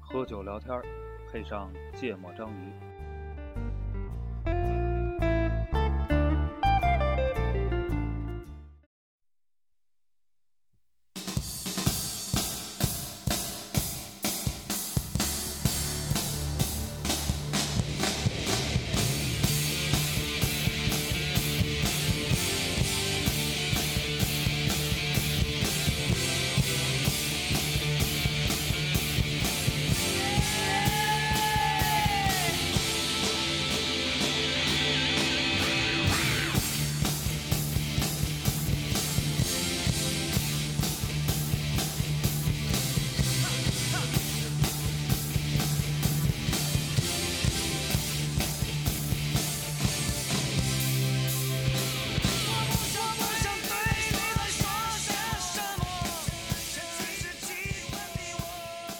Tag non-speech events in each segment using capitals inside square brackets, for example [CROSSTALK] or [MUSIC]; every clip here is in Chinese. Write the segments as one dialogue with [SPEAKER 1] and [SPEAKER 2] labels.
[SPEAKER 1] 喝酒聊天儿，配上芥末章鱼。
[SPEAKER 2] 我不想对你来说些什么，却只是亲吻你我。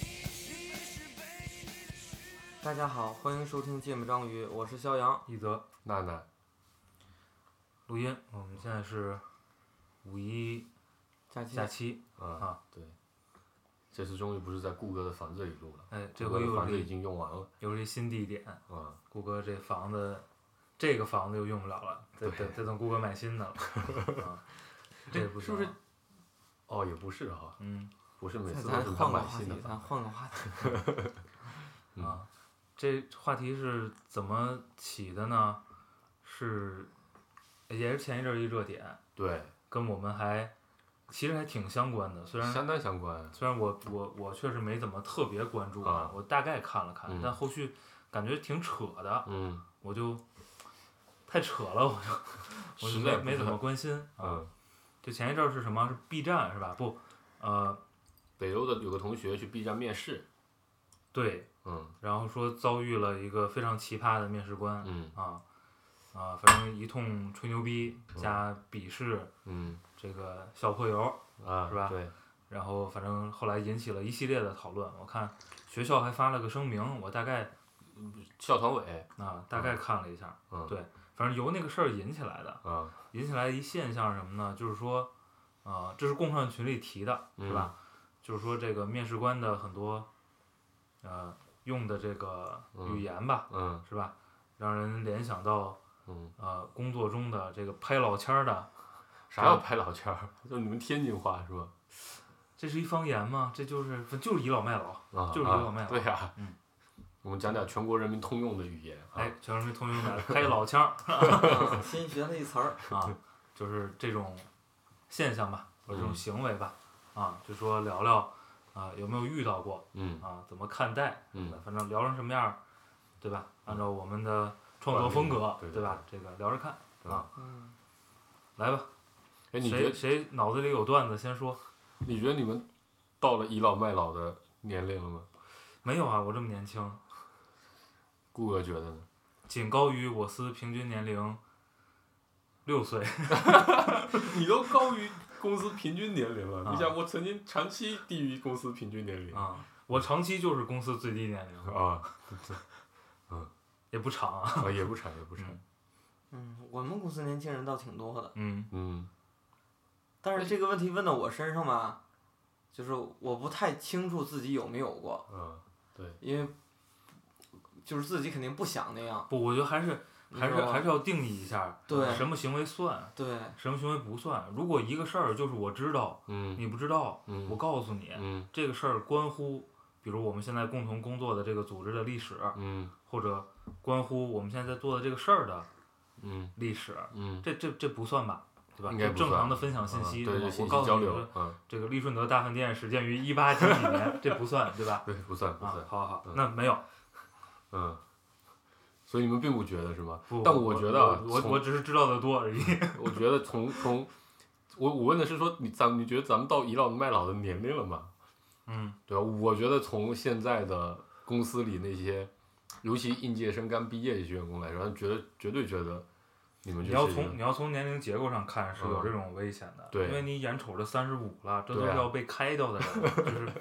[SPEAKER 2] 你是被你的虚
[SPEAKER 3] 大家好，欢迎收听《芥末章鱼》，我是肖阳。
[SPEAKER 4] 一泽娜娜，
[SPEAKER 5] 录音，我们现在是五一
[SPEAKER 3] 假期
[SPEAKER 5] 假期，
[SPEAKER 4] 啊
[SPEAKER 5] 啊，
[SPEAKER 4] 对，这次终于不是在顾哥的房子里录了，
[SPEAKER 5] 哎，这
[SPEAKER 4] 顾哥
[SPEAKER 5] 回
[SPEAKER 4] 的
[SPEAKER 5] 又
[SPEAKER 4] 房子
[SPEAKER 5] 是
[SPEAKER 4] 已经用完了
[SPEAKER 5] 又是新地点，
[SPEAKER 4] 啊，
[SPEAKER 5] 顾哥这房子，这个房子又用不了了，得得得等顾哥买新
[SPEAKER 4] [LAUGHS]
[SPEAKER 5] 的了，啊，这不
[SPEAKER 3] 是
[SPEAKER 5] 行
[SPEAKER 3] 不是？
[SPEAKER 4] 哦，也不是哈，
[SPEAKER 5] 嗯
[SPEAKER 4] 不是每次都
[SPEAKER 3] 咱
[SPEAKER 4] 是
[SPEAKER 3] 换个
[SPEAKER 4] 买
[SPEAKER 3] 话
[SPEAKER 4] 新
[SPEAKER 3] 题
[SPEAKER 4] 的，
[SPEAKER 3] 咱
[SPEAKER 4] 房
[SPEAKER 3] 换个话题。
[SPEAKER 4] 嗯
[SPEAKER 5] 啊，这话题是怎么起的呢？是也是前一阵儿一热点，
[SPEAKER 4] 对，
[SPEAKER 5] 跟我们还其实还挺相关的，虽然
[SPEAKER 4] 相当相关，
[SPEAKER 5] 虽然我我我确实没怎么特别关注
[SPEAKER 4] 啊
[SPEAKER 5] 我大概看了看，
[SPEAKER 4] 嗯
[SPEAKER 5] 但后续感觉挺扯的，
[SPEAKER 4] 嗯
[SPEAKER 5] 我就太扯了，我就我就
[SPEAKER 4] 实
[SPEAKER 5] 没
[SPEAKER 4] 在不
[SPEAKER 5] 没怎
[SPEAKER 4] 是
[SPEAKER 5] 么关心啊。
[SPEAKER 4] 嗯，
[SPEAKER 5] 就前一阵儿是什么？是 B 站是吧？不，呃，
[SPEAKER 4] 北欧的有个同学去 B 站面试，
[SPEAKER 5] 对，
[SPEAKER 4] 嗯
[SPEAKER 5] 然后说遭遇了一个非常奇葩的面试官
[SPEAKER 4] 嗯
[SPEAKER 5] 啊啊，反正一通吹牛逼加鄙视
[SPEAKER 4] 嗯
[SPEAKER 5] 这个小破油，
[SPEAKER 4] 啊，
[SPEAKER 5] 是吧
[SPEAKER 4] 对，
[SPEAKER 5] 然后反正后来引起了一系列的讨论。我看学校还发了个声明，我大概
[SPEAKER 4] 校团委，
[SPEAKER 5] 啊大概看了一下。
[SPEAKER 4] 嗯，
[SPEAKER 5] 对反正由那个事儿引起来的，
[SPEAKER 4] 啊，
[SPEAKER 5] 引起来一现象是什么呢？就是说，啊、这是共创群里提的，是
[SPEAKER 4] 嗯
[SPEAKER 5] 吧？就是说这个面试官的很多，呃，用的这个语言吧，
[SPEAKER 4] 嗯
[SPEAKER 5] 是吧？让人联想到
[SPEAKER 4] 嗯，
[SPEAKER 5] 呃工作中的这个拍老签儿的，
[SPEAKER 4] 啥叫拍老圈儿？就你们天津话是吧？
[SPEAKER 5] 这是一方言吗？这就是就是倚老卖老。
[SPEAKER 4] 啊，
[SPEAKER 5] 就是
[SPEAKER 4] 啊
[SPEAKER 5] 倚老卖老
[SPEAKER 4] 对呀
[SPEAKER 5] 嗯，
[SPEAKER 4] 我们讲点全国人民通用的语言啊
[SPEAKER 5] 哎，，全人民通用的拍老腔
[SPEAKER 4] [LAUGHS]
[SPEAKER 5] 儿
[SPEAKER 3] 啊新学了一词儿，
[SPEAKER 5] 啊，就是这种现象吧，或者这种
[SPEAKER 4] 嗯
[SPEAKER 5] 行为吧，啊，就说聊聊啊、有没有遇到过
[SPEAKER 4] 嗯
[SPEAKER 5] 啊，怎么看待？
[SPEAKER 4] 嗯。
[SPEAKER 5] 反正聊成什么样儿，对吧？按照我们的创作风格，
[SPEAKER 4] 对对
[SPEAKER 5] 吧？这个聊着看
[SPEAKER 4] 对
[SPEAKER 5] 啊，
[SPEAKER 3] 嗯，
[SPEAKER 5] 来吧，
[SPEAKER 4] 哎，你觉
[SPEAKER 5] 谁
[SPEAKER 4] 得
[SPEAKER 5] 谁脑子里有段子先说。
[SPEAKER 4] 你觉得你们到了倚老卖老的年龄了吗？
[SPEAKER 5] 没有啊，我这么年轻，
[SPEAKER 4] 顾哥觉得呢？
[SPEAKER 5] 仅高于我司平均年龄六岁。
[SPEAKER 4] 你都高于公司平均年龄了
[SPEAKER 5] 啊你想
[SPEAKER 4] 我曾经长期低于公司平均年龄
[SPEAKER 5] 啊，我长期就是公司最低年龄，
[SPEAKER 4] 啊，
[SPEAKER 5] 也不长啊。
[SPEAKER 4] 啊也不长也不长，
[SPEAKER 3] 嗯，我们公司年轻人倒挺多的，
[SPEAKER 5] 嗯，
[SPEAKER 4] 嗯
[SPEAKER 3] 但是这个问题问到我身上吧，就是我不太清楚自己有没有过，
[SPEAKER 4] 啊，对，
[SPEAKER 3] 因为就是自己肯定不想那样。
[SPEAKER 5] 不，我觉得还是还
[SPEAKER 3] 你
[SPEAKER 5] 是
[SPEAKER 3] 知道吗
[SPEAKER 5] 还是要定义一下，
[SPEAKER 3] 对
[SPEAKER 5] 什么行为算，
[SPEAKER 3] 对，
[SPEAKER 5] 什么行为不算。如果一个事儿就是我知道，
[SPEAKER 4] 嗯
[SPEAKER 5] 你不知道，
[SPEAKER 4] 嗯，
[SPEAKER 5] 我告诉你，
[SPEAKER 4] 嗯
[SPEAKER 5] 这个事儿关乎，比如我们现在共同工作的这个组织的历史，
[SPEAKER 4] 嗯
[SPEAKER 5] 或者关乎我们现在在做的这个事儿的
[SPEAKER 4] 嗯
[SPEAKER 5] 历史，
[SPEAKER 4] 嗯，
[SPEAKER 5] 这这这不算吧？对吧？
[SPEAKER 4] 应该
[SPEAKER 5] 就
[SPEAKER 4] 不
[SPEAKER 5] 正
[SPEAKER 4] 算
[SPEAKER 5] 常的分享信息，
[SPEAKER 4] 啊对
[SPEAKER 5] 吧
[SPEAKER 4] 对？
[SPEAKER 5] 我
[SPEAKER 4] 信
[SPEAKER 5] 告
[SPEAKER 4] 息
[SPEAKER 5] 诉
[SPEAKER 4] 交
[SPEAKER 5] 你
[SPEAKER 4] 流
[SPEAKER 5] 说，
[SPEAKER 4] 嗯，
[SPEAKER 5] 这个利顺德大饭店始建于一八几几年，这不算，对吧？
[SPEAKER 4] 对，不算 [LAUGHS] 不
[SPEAKER 5] 啊，
[SPEAKER 4] 算，
[SPEAKER 5] 好好，
[SPEAKER 4] 嗯
[SPEAKER 5] 那没有，
[SPEAKER 4] 嗯，所以你们并不觉得是吗？
[SPEAKER 5] 不，
[SPEAKER 4] 但
[SPEAKER 5] 我
[SPEAKER 4] 我觉得啊
[SPEAKER 5] 我
[SPEAKER 4] 从
[SPEAKER 5] 我只是知道的多而已。 [LAUGHS] 嗯
[SPEAKER 4] 我觉得从从我我问的是说你咱们你觉得咱们到倚老卖老的年龄了吗？
[SPEAKER 5] 嗯，
[SPEAKER 4] 对吧？我觉得从现在的公司里那些，尤其应届生刚毕业一些员工来说，他绝绝对觉得你们
[SPEAKER 5] 你
[SPEAKER 4] 这
[SPEAKER 5] 要
[SPEAKER 4] 是一个
[SPEAKER 5] 从你要从年龄结构上看是有这种危险的，
[SPEAKER 4] 对
[SPEAKER 5] 因为你眼瞅着三十五了，这都
[SPEAKER 4] 对
[SPEAKER 5] 是
[SPEAKER 4] 啊
[SPEAKER 5] 要被开掉的人了，就是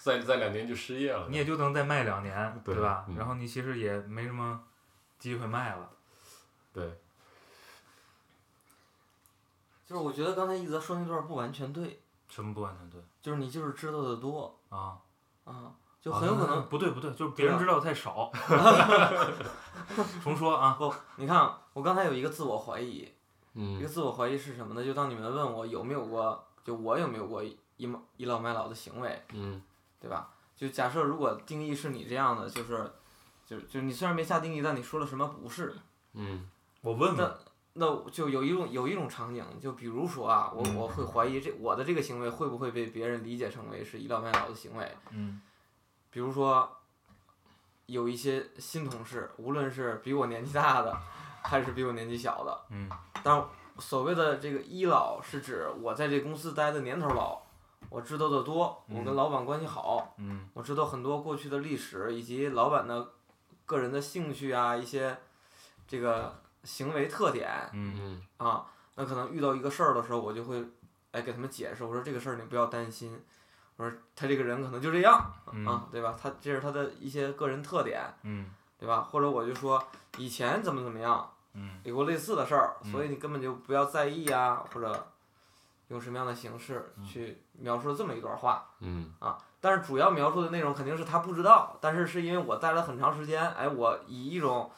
[SPEAKER 4] 再再两年就失业了。
[SPEAKER 5] 你也就能再卖两年，
[SPEAKER 4] 对
[SPEAKER 5] 吧？
[SPEAKER 4] 嗯
[SPEAKER 5] 然后你其实也没什么机会卖了，
[SPEAKER 4] 对，
[SPEAKER 3] 就是我觉得刚才一泽说那段不完全对，
[SPEAKER 5] 什么不安全对
[SPEAKER 3] 就是你就是知道的多
[SPEAKER 5] 啊，
[SPEAKER 3] 啊，就很有可能
[SPEAKER 5] 啊不对不对，就是别人
[SPEAKER 3] 对啊
[SPEAKER 5] 知道太少。 [LAUGHS] 重说
[SPEAKER 4] [LAUGHS]
[SPEAKER 5] 啊，
[SPEAKER 3] 不，你看我刚才有一个自我怀疑，一个
[SPEAKER 4] 嗯
[SPEAKER 3] 自我怀疑是什么呢？就当你们问我有没有过，就我有没有过倚老倚老卖老的行为，
[SPEAKER 4] 嗯
[SPEAKER 3] 对吧？就假设如果定义是你这样的，就是，就就你虽然没下定义，但你说了什么不是？
[SPEAKER 4] 嗯
[SPEAKER 5] 我问问
[SPEAKER 3] 那那就有一种有一种场景，就比如说啊，我我会怀疑这我的这个行为会不会被别人理解成为是倚老卖老的行为？
[SPEAKER 5] 嗯
[SPEAKER 3] 比如说，有一些新同事，无论是比我年纪大的，还是比我年纪小的，
[SPEAKER 5] 嗯
[SPEAKER 3] 所谓的这个一老是指我在这公司待的年头老，我知道的多，我跟
[SPEAKER 5] 嗯
[SPEAKER 3] 老板关系好，
[SPEAKER 5] 嗯
[SPEAKER 3] 我知道很多过去的历史以及老板的个人的兴趣啊，一些这个行为特点
[SPEAKER 5] 嗯
[SPEAKER 4] 嗯
[SPEAKER 3] 啊。那可能遇到一个事儿的时候，我就会哎给他们解释，我说这个事儿你不要担心，我说他这个人可能就这样
[SPEAKER 5] 嗯
[SPEAKER 3] 啊，对吧？他这是他的一些个人特点，
[SPEAKER 5] 嗯
[SPEAKER 3] 对吧？或者我就说以前怎么怎么样，
[SPEAKER 5] 嗯
[SPEAKER 3] 有过类似的事儿，
[SPEAKER 5] 嗯
[SPEAKER 3] 所以你根本就不要在意啊，或者用什么样的形式
[SPEAKER 5] 嗯
[SPEAKER 3] 去描述这么一段话。
[SPEAKER 4] 嗯
[SPEAKER 3] 但是主要描述的内容肯定是他不知道，但是是因为我待了很长时间，哎，我以一种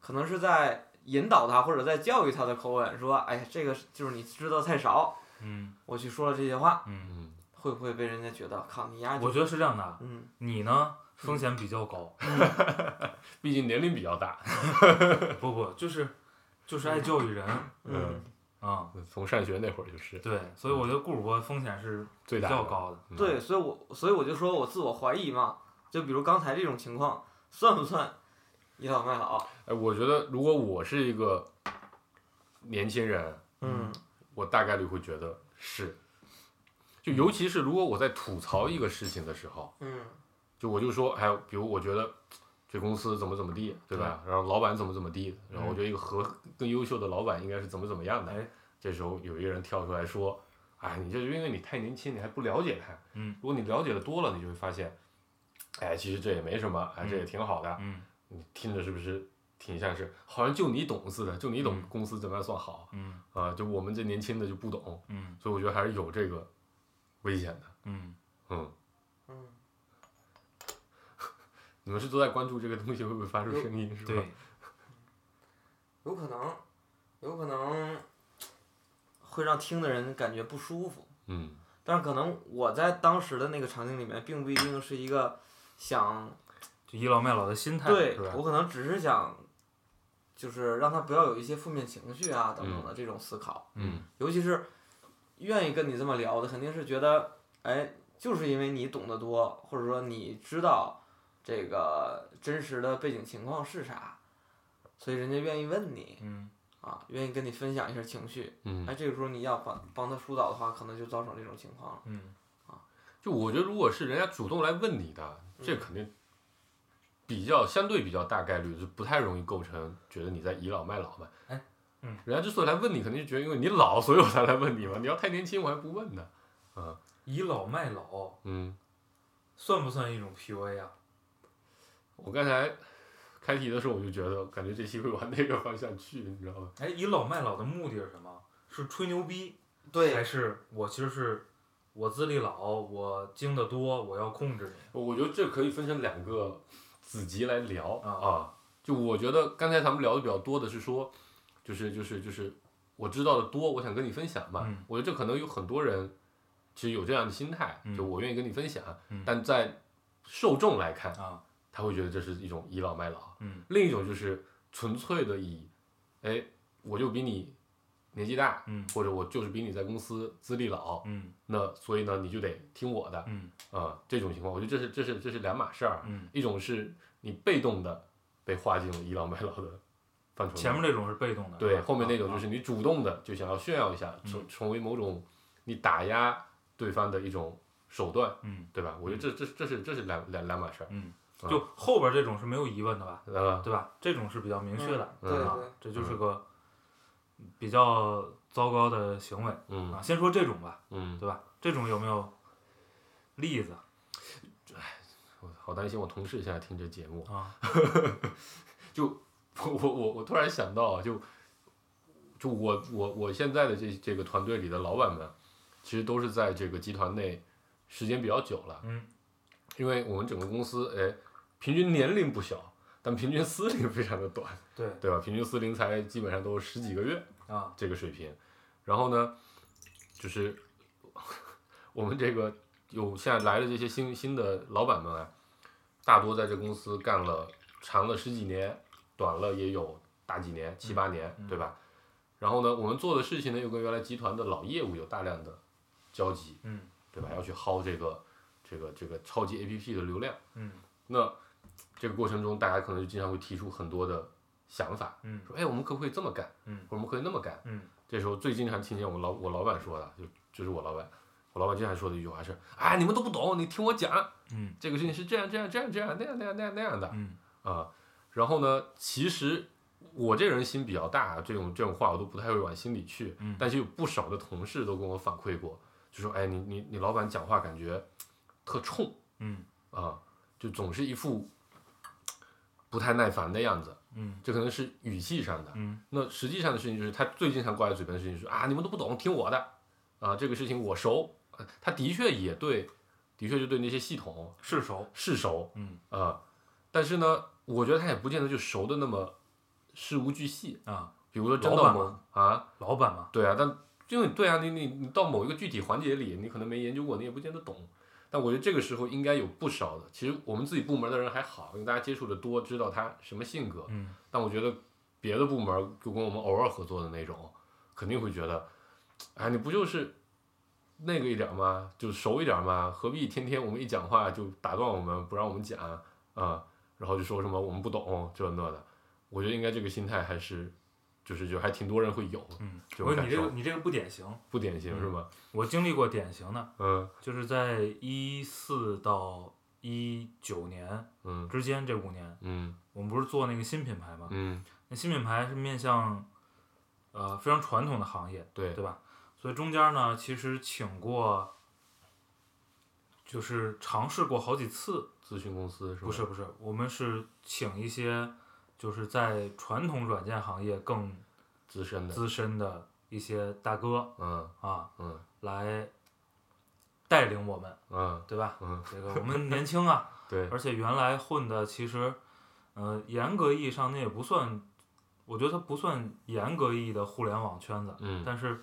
[SPEAKER 3] 可能是在引导他或者在教育他的口吻说，哎呀，这个就是你知道太少，
[SPEAKER 5] 嗯
[SPEAKER 3] 我去说了这些话，
[SPEAKER 5] 嗯，
[SPEAKER 4] 嗯
[SPEAKER 3] 会不会被人家觉得靠你呀？
[SPEAKER 5] 我觉得是这样的，啊
[SPEAKER 3] 嗯，
[SPEAKER 5] 你呢风险比较
[SPEAKER 4] [LAUGHS]
[SPEAKER 5] 高，
[SPEAKER 4] 毕竟年龄比较大，
[SPEAKER 5] 不不就是就是爱教育人
[SPEAKER 3] 嗯，
[SPEAKER 5] 啊，
[SPEAKER 4] 从上学那会儿就是
[SPEAKER 5] 对，所以我觉得顾主播风险是
[SPEAKER 4] 最
[SPEAKER 5] 比
[SPEAKER 4] 大
[SPEAKER 5] 较
[SPEAKER 4] 的。
[SPEAKER 5] 高的，
[SPEAKER 4] 嗯
[SPEAKER 3] 对，所以我所以我就说我自我怀疑嘛，就比如刚才这种情况，算不算倚老卖啊老？
[SPEAKER 4] 哎，我觉得如果我是一个年轻人，
[SPEAKER 3] 嗯
[SPEAKER 4] 我大概率会觉得是，就尤其是如果我在吐槽一个事情的时候，
[SPEAKER 3] 嗯
[SPEAKER 4] 就我就说，哎，比如我觉得这公司怎么怎么地，对吧？然后老板怎么怎么地，然后我觉得一个合更优秀的老板应该是怎么怎么样的。
[SPEAKER 5] 嗯哎
[SPEAKER 4] 这时候有一个人跳出来说，哎，你这是因为你太年轻，你还不了解他。
[SPEAKER 5] 嗯，
[SPEAKER 4] 如果你了解的多了，你就会发现，哎，其实这也没什么，哎，这也挺好的。
[SPEAKER 5] 嗯
[SPEAKER 4] 你听着是不是挺像是好像就你懂似的，就你懂
[SPEAKER 5] 嗯
[SPEAKER 4] 公司怎么样算好
[SPEAKER 5] 嗯
[SPEAKER 4] 啊、就我们这年轻的就不懂，
[SPEAKER 5] 嗯
[SPEAKER 4] 所以我觉得还是有这个危险的。
[SPEAKER 5] 嗯，
[SPEAKER 4] 嗯，
[SPEAKER 3] 嗯，
[SPEAKER 4] 你们是都在关注这个东西会不会发出声音是吧？
[SPEAKER 5] 对，
[SPEAKER 3] 有可能，有可能会让听的人感觉不舒服，
[SPEAKER 4] 嗯
[SPEAKER 3] 但是可能我在当时的那个场景里面，并不一定是一个想
[SPEAKER 5] 就倚老卖老的心态，
[SPEAKER 3] 对
[SPEAKER 4] 是吧
[SPEAKER 3] 我可能只是想，就是让他不要有一些负面情绪啊等等的这种思考，
[SPEAKER 4] 嗯
[SPEAKER 3] 尤其是愿意跟你这么聊的，肯定是觉得哎，就是因为你懂得多，或者说你知道这个真实的背景情况是啥，所以人家愿意问你。
[SPEAKER 5] 嗯
[SPEAKER 3] 啊，愿意跟你分享一下情绪。哎，
[SPEAKER 4] 嗯，
[SPEAKER 3] 这个时候你要帮帮他疏导的话，可能就造成这种情况了。
[SPEAKER 5] 嗯
[SPEAKER 4] 就我觉得如果是人家主动来问你的，
[SPEAKER 5] 嗯
[SPEAKER 4] 这肯定比较相对比较大概率就不太容易构成觉得你在倚老卖老吧。
[SPEAKER 5] 哎，嗯，
[SPEAKER 4] 人家之所以来问你，肯定是觉得因为你老，所以我才来问你嘛。你要太年轻，我还不问呢。
[SPEAKER 5] 倚老卖老
[SPEAKER 4] 嗯，
[SPEAKER 5] 算不算一种 PUA 啊？
[SPEAKER 4] 我刚才开题的时候我就觉得，感觉这期会往那个方向去，你知道吗？
[SPEAKER 5] 哎，倚老卖老的目的是什么？是吹牛逼，还
[SPEAKER 3] 对，
[SPEAKER 5] 是我其实是我资历老，我经得多，我要控制你？
[SPEAKER 4] 我觉得这可以分成两个子集来聊
[SPEAKER 5] 啊
[SPEAKER 4] 啊。就我觉得刚才咱们聊的比较多的是说，就是就是就是我知道的多，我想跟你分享嘛。
[SPEAKER 5] 嗯
[SPEAKER 4] 我觉得这可能有很多人其实有这样的心态，
[SPEAKER 5] 嗯
[SPEAKER 4] 就我愿意跟你分享，
[SPEAKER 5] 嗯
[SPEAKER 4] 但在受众来看，
[SPEAKER 5] 啊，
[SPEAKER 4] 他会觉得这是一种倚老卖老。
[SPEAKER 5] 嗯
[SPEAKER 4] 另一种就是纯粹的以，哎，我就比你年纪大，
[SPEAKER 5] 嗯
[SPEAKER 4] 或者我就是比你在公司资历老，
[SPEAKER 5] 嗯
[SPEAKER 4] 那所以呢你就得听我的啊、
[SPEAKER 5] 嗯
[SPEAKER 4] 这种情况，我觉得这是这是这是两码事儿。啊
[SPEAKER 5] 嗯，
[SPEAKER 4] 一种是你被动的被划进了倚老卖老的范畴内，
[SPEAKER 5] 前面这种是被动的，
[SPEAKER 4] 嗯对，
[SPEAKER 5] 吧
[SPEAKER 4] 后面那种就是你主动的就想要炫耀一下，成、
[SPEAKER 5] 啊嗯
[SPEAKER 4] 成为某种你打压对方的一种手段，
[SPEAKER 5] 嗯
[SPEAKER 4] 对吧？我觉得这这这是这是两两两码事儿。
[SPEAKER 5] 嗯，
[SPEAKER 4] 嗯
[SPEAKER 5] 就后边这种是没有疑问的吧，
[SPEAKER 4] 啊，
[SPEAKER 5] 对吧？这种是比较明确的，
[SPEAKER 3] 对
[SPEAKER 5] 啊
[SPEAKER 3] 嗯对，
[SPEAKER 5] 这就是个比较糟糕的行为
[SPEAKER 4] 嗯
[SPEAKER 5] 啊。先说这种吧，
[SPEAKER 4] 嗯，
[SPEAKER 5] 对吧？这种有没有例子
[SPEAKER 4] 我好担心我同事现在听这节目，
[SPEAKER 5] 啊？
[SPEAKER 4] [LAUGHS] 我我我我突然想到啊，就就我我我现在的这这个团队里的老板们，其实都是在这个集团内时间比较久了，
[SPEAKER 5] 嗯，
[SPEAKER 4] 因为我们整个公司哎，平均年龄不小，但平均司 [LAUGHS] 龄非常的短，
[SPEAKER 5] 对
[SPEAKER 4] 对吧？平均司龄才基本上都十几个月，
[SPEAKER 5] 啊，
[SPEAKER 4] 这个水平。然后呢，就是 [LAUGHS] 我们这个有现在来的这些新新的老板们啊，大多在这公司干了长了十几年，短了也有大几年，七八年，
[SPEAKER 5] 嗯
[SPEAKER 4] 对吧？然后呢，我们做的事情呢，又跟原来集团的老业务有大量的交集，
[SPEAKER 5] 嗯
[SPEAKER 4] 对吧？要去薅这个这个这个超级 APP 的流量。
[SPEAKER 5] 嗯
[SPEAKER 4] 那这个过程中，大家可能就经常会提出很多的想法，
[SPEAKER 5] 嗯
[SPEAKER 4] 说：“哎，我们可不可以这么干？
[SPEAKER 5] 嗯
[SPEAKER 4] 我们可以那么干？”
[SPEAKER 5] 嗯
[SPEAKER 4] 这时候最经常听见我老我老板说的，就就是我老板，我老板经常说的一句话是：哎，你们都不懂，你听我讲，
[SPEAKER 5] 嗯
[SPEAKER 4] 这个事情是这样这样这样这样那样那样那样那样的啊、
[SPEAKER 5] 嗯
[SPEAKER 4] 然后呢，其实我这人心比较大，这种这种话我都不太会往心里去。
[SPEAKER 5] 嗯
[SPEAKER 4] 但是有不少的同事都跟我反馈过，就说：哎，你你你老板讲话感觉特冲
[SPEAKER 5] 嗯
[SPEAKER 4] 啊、就总是一副不太耐烦的样子。
[SPEAKER 5] 嗯
[SPEAKER 4] 这可能是语气上的。
[SPEAKER 5] 嗯
[SPEAKER 4] 那实际上的事情就是，他最经常挂在嘴边的事情是啊，你们都不懂，听我的，啊，这个事情我熟。呃他的确也对，的确就对那些系统
[SPEAKER 5] 是熟，
[SPEAKER 4] 是熟
[SPEAKER 5] 嗯
[SPEAKER 4] 啊、但是呢，我觉得他也不见得就熟的那么事无巨细。
[SPEAKER 5] 啊，
[SPEAKER 4] 比如说真的
[SPEAKER 5] 老板
[SPEAKER 4] 某啊，
[SPEAKER 5] 老板嘛，
[SPEAKER 4] 对啊，但因为对啊，你你你到某一个具体环节里，你可能没研究过，你也不见得懂。但我觉得这个时候应该有不少的，其实我们自己部门的人还好，因为大家接触的多，知道他什么性格。
[SPEAKER 5] 嗯
[SPEAKER 4] 但我觉得别的部门儿就跟我们偶尔合作的那种，肯定会觉得，哎，你不就是那个一点儿吗？就熟一点儿吗？何必天天我们一讲话就打断我们，不让我们讲啊、然后就说什么我们不懂这那的。我觉得应该这个心态还是，就是就还挺多人会有，
[SPEAKER 5] 嗯，
[SPEAKER 4] 这种
[SPEAKER 5] 我说
[SPEAKER 4] 感
[SPEAKER 5] 你这
[SPEAKER 4] 受
[SPEAKER 5] 个你这个不典型，
[SPEAKER 4] 不典型是吗？
[SPEAKER 5] 我经历过典型的，
[SPEAKER 4] 嗯
[SPEAKER 5] 就是在一四到一九年
[SPEAKER 4] 嗯
[SPEAKER 5] 之间这五年，
[SPEAKER 4] 嗯
[SPEAKER 5] 我们不是做那个新品牌吗？
[SPEAKER 4] 嗯，
[SPEAKER 5] 那新品牌是面向呃非常传统的行业，
[SPEAKER 4] 对
[SPEAKER 5] 对吧？所以中间呢，其实请过，就是尝试过好几次，
[SPEAKER 4] 咨询公司是吗？
[SPEAKER 5] 不是不是，我们是请一些就是在传统软件行业更
[SPEAKER 4] 资深的，
[SPEAKER 5] 资深的一些大哥
[SPEAKER 4] 嗯
[SPEAKER 5] 啊
[SPEAKER 4] 嗯
[SPEAKER 5] 来带领我们，
[SPEAKER 4] 嗯
[SPEAKER 5] 对吧？
[SPEAKER 4] 嗯，
[SPEAKER 5] 这个我们年轻啊，
[SPEAKER 4] [LAUGHS] 对，
[SPEAKER 5] 而且原来混的其实，呃，严格意义上那也不算，我觉得它不算严格意义的互联网圈子，
[SPEAKER 4] 嗯，
[SPEAKER 5] 但是，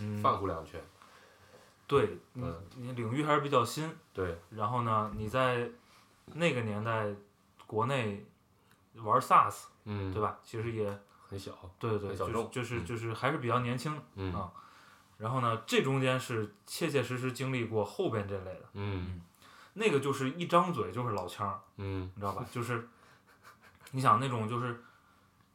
[SPEAKER 5] 嗯，
[SPEAKER 4] 泛互两圈，
[SPEAKER 5] 对你
[SPEAKER 4] 嗯
[SPEAKER 5] 你领域还是比较新，
[SPEAKER 4] 对，
[SPEAKER 5] 然后呢，你在那个年代国内玩 SaaS
[SPEAKER 4] 嗯，
[SPEAKER 5] 对？吧？其实也
[SPEAKER 4] 很小，
[SPEAKER 5] 对对，
[SPEAKER 4] 很小
[SPEAKER 5] 就是
[SPEAKER 4] 众
[SPEAKER 5] 就是
[SPEAKER 4] 嗯
[SPEAKER 5] 就是还是比较年轻，
[SPEAKER 4] 嗯
[SPEAKER 5] 啊然后呢，这中间是切切实实经历过后边这类的，
[SPEAKER 4] 嗯
[SPEAKER 5] 那个就是一张嘴就是老腔儿。
[SPEAKER 4] 嗯
[SPEAKER 5] 你知道吧？就是 [LAUGHS] 你想那种就是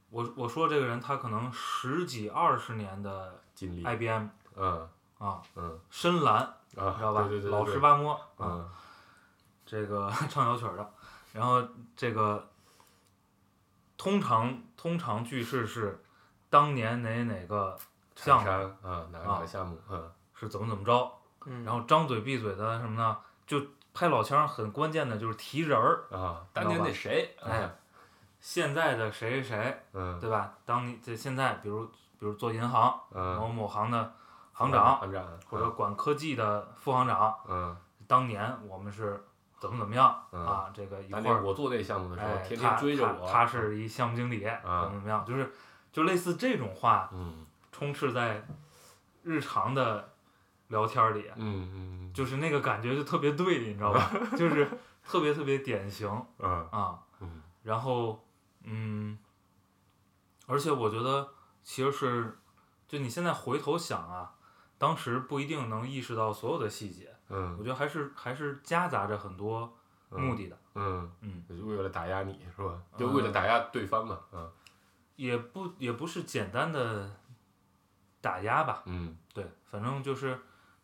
[SPEAKER 5] 我我说这个人他可能十几二十年的
[SPEAKER 4] 经历，
[SPEAKER 5] IBM
[SPEAKER 4] 嗯
[SPEAKER 5] 啊，
[SPEAKER 4] 嗯
[SPEAKER 5] 深蓝
[SPEAKER 4] 啊，
[SPEAKER 5] 你知道吧？
[SPEAKER 4] 对对对对，
[SPEAKER 5] 老实
[SPEAKER 4] 对，
[SPEAKER 5] 巴摸啊，
[SPEAKER 4] 嗯
[SPEAKER 5] 这个 [LAUGHS] 唱小曲儿的，然后这个通常通常句式是当年哪哪个项
[SPEAKER 4] 长
[SPEAKER 5] 目
[SPEAKER 4] 山啊，哪个哪个项目，嗯
[SPEAKER 5] 是怎么怎么着，
[SPEAKER 3] 嗯，
[SPEAKER 5] 然后张嘴闭嘴的什么呢？就拍老腔儿很关键的就是提人儿，你
[SPEAKER 4] 啊，
[SPEAKER 5] 知道吧
[SPEAKER 4] 当年那谁，
[SPEAKER 5] 哎，现在的谁谁谁，
[SPEAKER 4] 嗯
[SPEAKER 5] 对吧？当你这现在比如比如做银行。某
[SPEAKER 4] 嗯，
[SPEAKER 5] 某行的行长
[SPEAKER 4] 行长，
[SPEAKER 5] 或者管科技的副行长，
[SPEAKER 4] 嗯，
[SPEAKER 5] 当年我们是怎么怎么样
[SPEAKER 4] 嗯
[SPEAKER 5] 啊？这个一块
[SPEAKER 4] 当年
[SPEAKER 5] 儿，
[SPEAKER 4] 我做那项目的时
[SPEAKER 5] 哎
[SPEAKER 4] 候，，天
[SPEAKER 5] 他
[SPEAKER 4] 天追着
[SPEAKER 5] 他
[SPEAKER 4] 我，啊
[SPEAKER 5] 他是一项目经理，怎么怎么样？就是就类似这种话
[SPEAKER 4] 嗯
[SPEAKER 5] 充斥在日常的聊天儿里，啊
[SPEAKER 4] 嗯嗯，
[SPEAKER 5] 就是那个感觉就特别对，你知道
[SPEAKER 4] [LAUGHS]
[SPEAKER 5] 吧？就是特别特别典型
[SPEAKER 4] 嗯
[SPEAKER 5] 啊。
[SPEAKER 4] 嗯
[SPEAKER 5] 然后，嗯，而且我觉得其实是，就你现在回头想啊，当时不一定能意识到所有的细节，我
[SPEAKER 4] 嗯
[SPEAKER 5] 觉得还是还是夹杂着很多目的嗯的，
[SPEAKER 4] 嗯
[SPEAKER 5] 嗯，
[SPEAKER 4] 就是为了打压你是吧？就为了打压对方嘛，嗯
[SPEAKER 5] 也不也不是简单的打压吧，
[SPEAKER 4] 嗯
[SPEAKER 5] 对，反正就是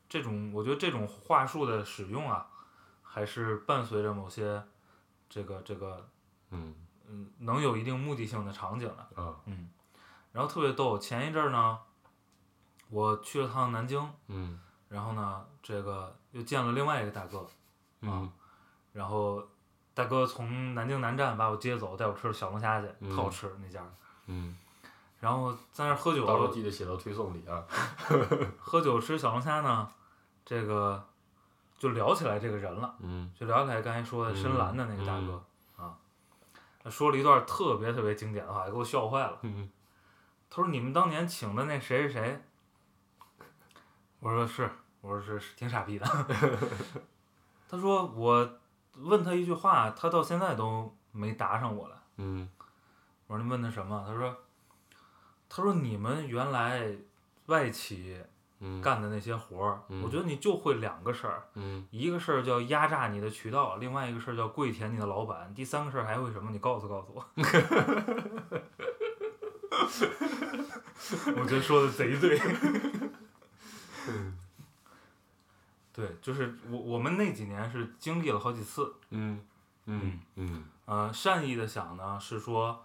[SPEAKER 5] 这种，我觉得这种话术的使用啊，还是伴随着某些这个这个
[SPEAKER 4] 嗯
[SPEAKER 5] 嗯能有一定目的性的场景的。
[SPEAKER 4] 啊
[SPEAKER 5] 嗯，然后特别逗，前一阵儿呢，我去了趟南京，
[SPEAKER 4] 嗯
[SPEAKER 5] 然后呢，这个又见了另外一个大哥，
[SPEAKER 4] 嗯
[SPEAKER 5] 啊然后大哥从南京南站把我接走，带我吃小龙虾去，
[SPEAKER 4] 嗯
[SPEAKER 5] 特好吃那家儿。
[SPEAKER 4] 嗯，
[SPEAKER 5] 然后在那儿喝酒，
[SPEAKER 4] 到时候记得写到推送里啊。
[SPEAKER 5] 喝酒吃小龙虾呢，这个就聊起来这个人了，
[SPEAKER 4] 嗯
[SPEAKER 5] 就聊起来刚才说的深蓝的那个大哥
[SPEAKER 4] 嗯、
[SPEAKER 5] 啊，说了一段特别特别经典的话，给我笑坏了。
[SPEAKER 4] 嗯
[SPEAKER 5] 他说：“你们当年请的那谁谁谁？”我说：“是，我说是，是挺傻逼的。”他说：“我问他一句话，他到现在都没答上我来。
[SPEAKER 4] 嗯”
[SPEAKER 5] 我说：“你问他什么？”他说：“他说你们原来外企
[SPEAKER 4] 嗯，
[SPEAKER 5] 干的那些活儿，
[SPEAKER 4] 嗯
[SPEAKER 5] 我觉得你就会两个事儿，
[SPEAKER 4] 嗯
[SPEAKER 5] 一个事儿叫压榨你的渠道，另外一个事儿叫跪舔你的老板，第三个事儿还会什么？你告诉告诉我。我觉得说的贼对。对，就是我我们那几年是经历了好几次，
[SPEAKER 4] 嗯嗯嗯
[SPEAKER 5] 呃，善意的想呢是说，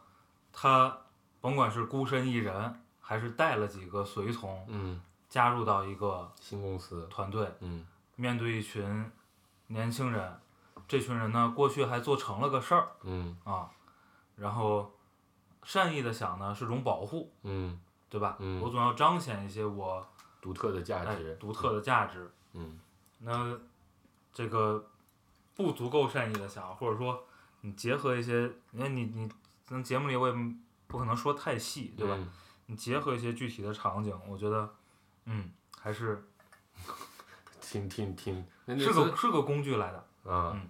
[SPEAKER 5] 他甭管是孤身一人，还是带了几个随从
[SPEAKER 4] 嗯，
[SPEAKER 5] 加入到一个
[SPEAKER 4] 新公司，
[SPEAKER 5] 团队，
[SPEAKER 4] 嗯
[SPEAKER 5] 面对一群年轻人，这群人呢，过去还做成了个事儿
[SPEAKER 4] 嗯
[SPEAKER 5] 啊，然后善意的想呢是种保护，
[SPEAKER 4] 嗯，
[SPEAKER 5] 对吧？
[SPEAKER 4] 嗯
[SPEAKER 5] 我总要彰显一些我
[SPEAKER 4] 独特的价
[SPEAKER 5] 哎
[SPEAKER 4] 值，
[SPEAKER 5] 独特的价值。
[SPEAKER 4] 嗯
[SPEAKER 5] 那这个不足够善意的想，或者说你结合一些，因为你你那节目里我也不可能说太细，对吧？？
[SPEAKER 4] 嗯
[SPEAKER 5] 你结合一些具体的场景，我觉得，嗯，还是
[SPEAKER 4] 挺挺挺，那
[SPEAKER 5] 是个是个工具来的。
[SPEAKER 4] 啊，
[SPEAKER 5] 嗯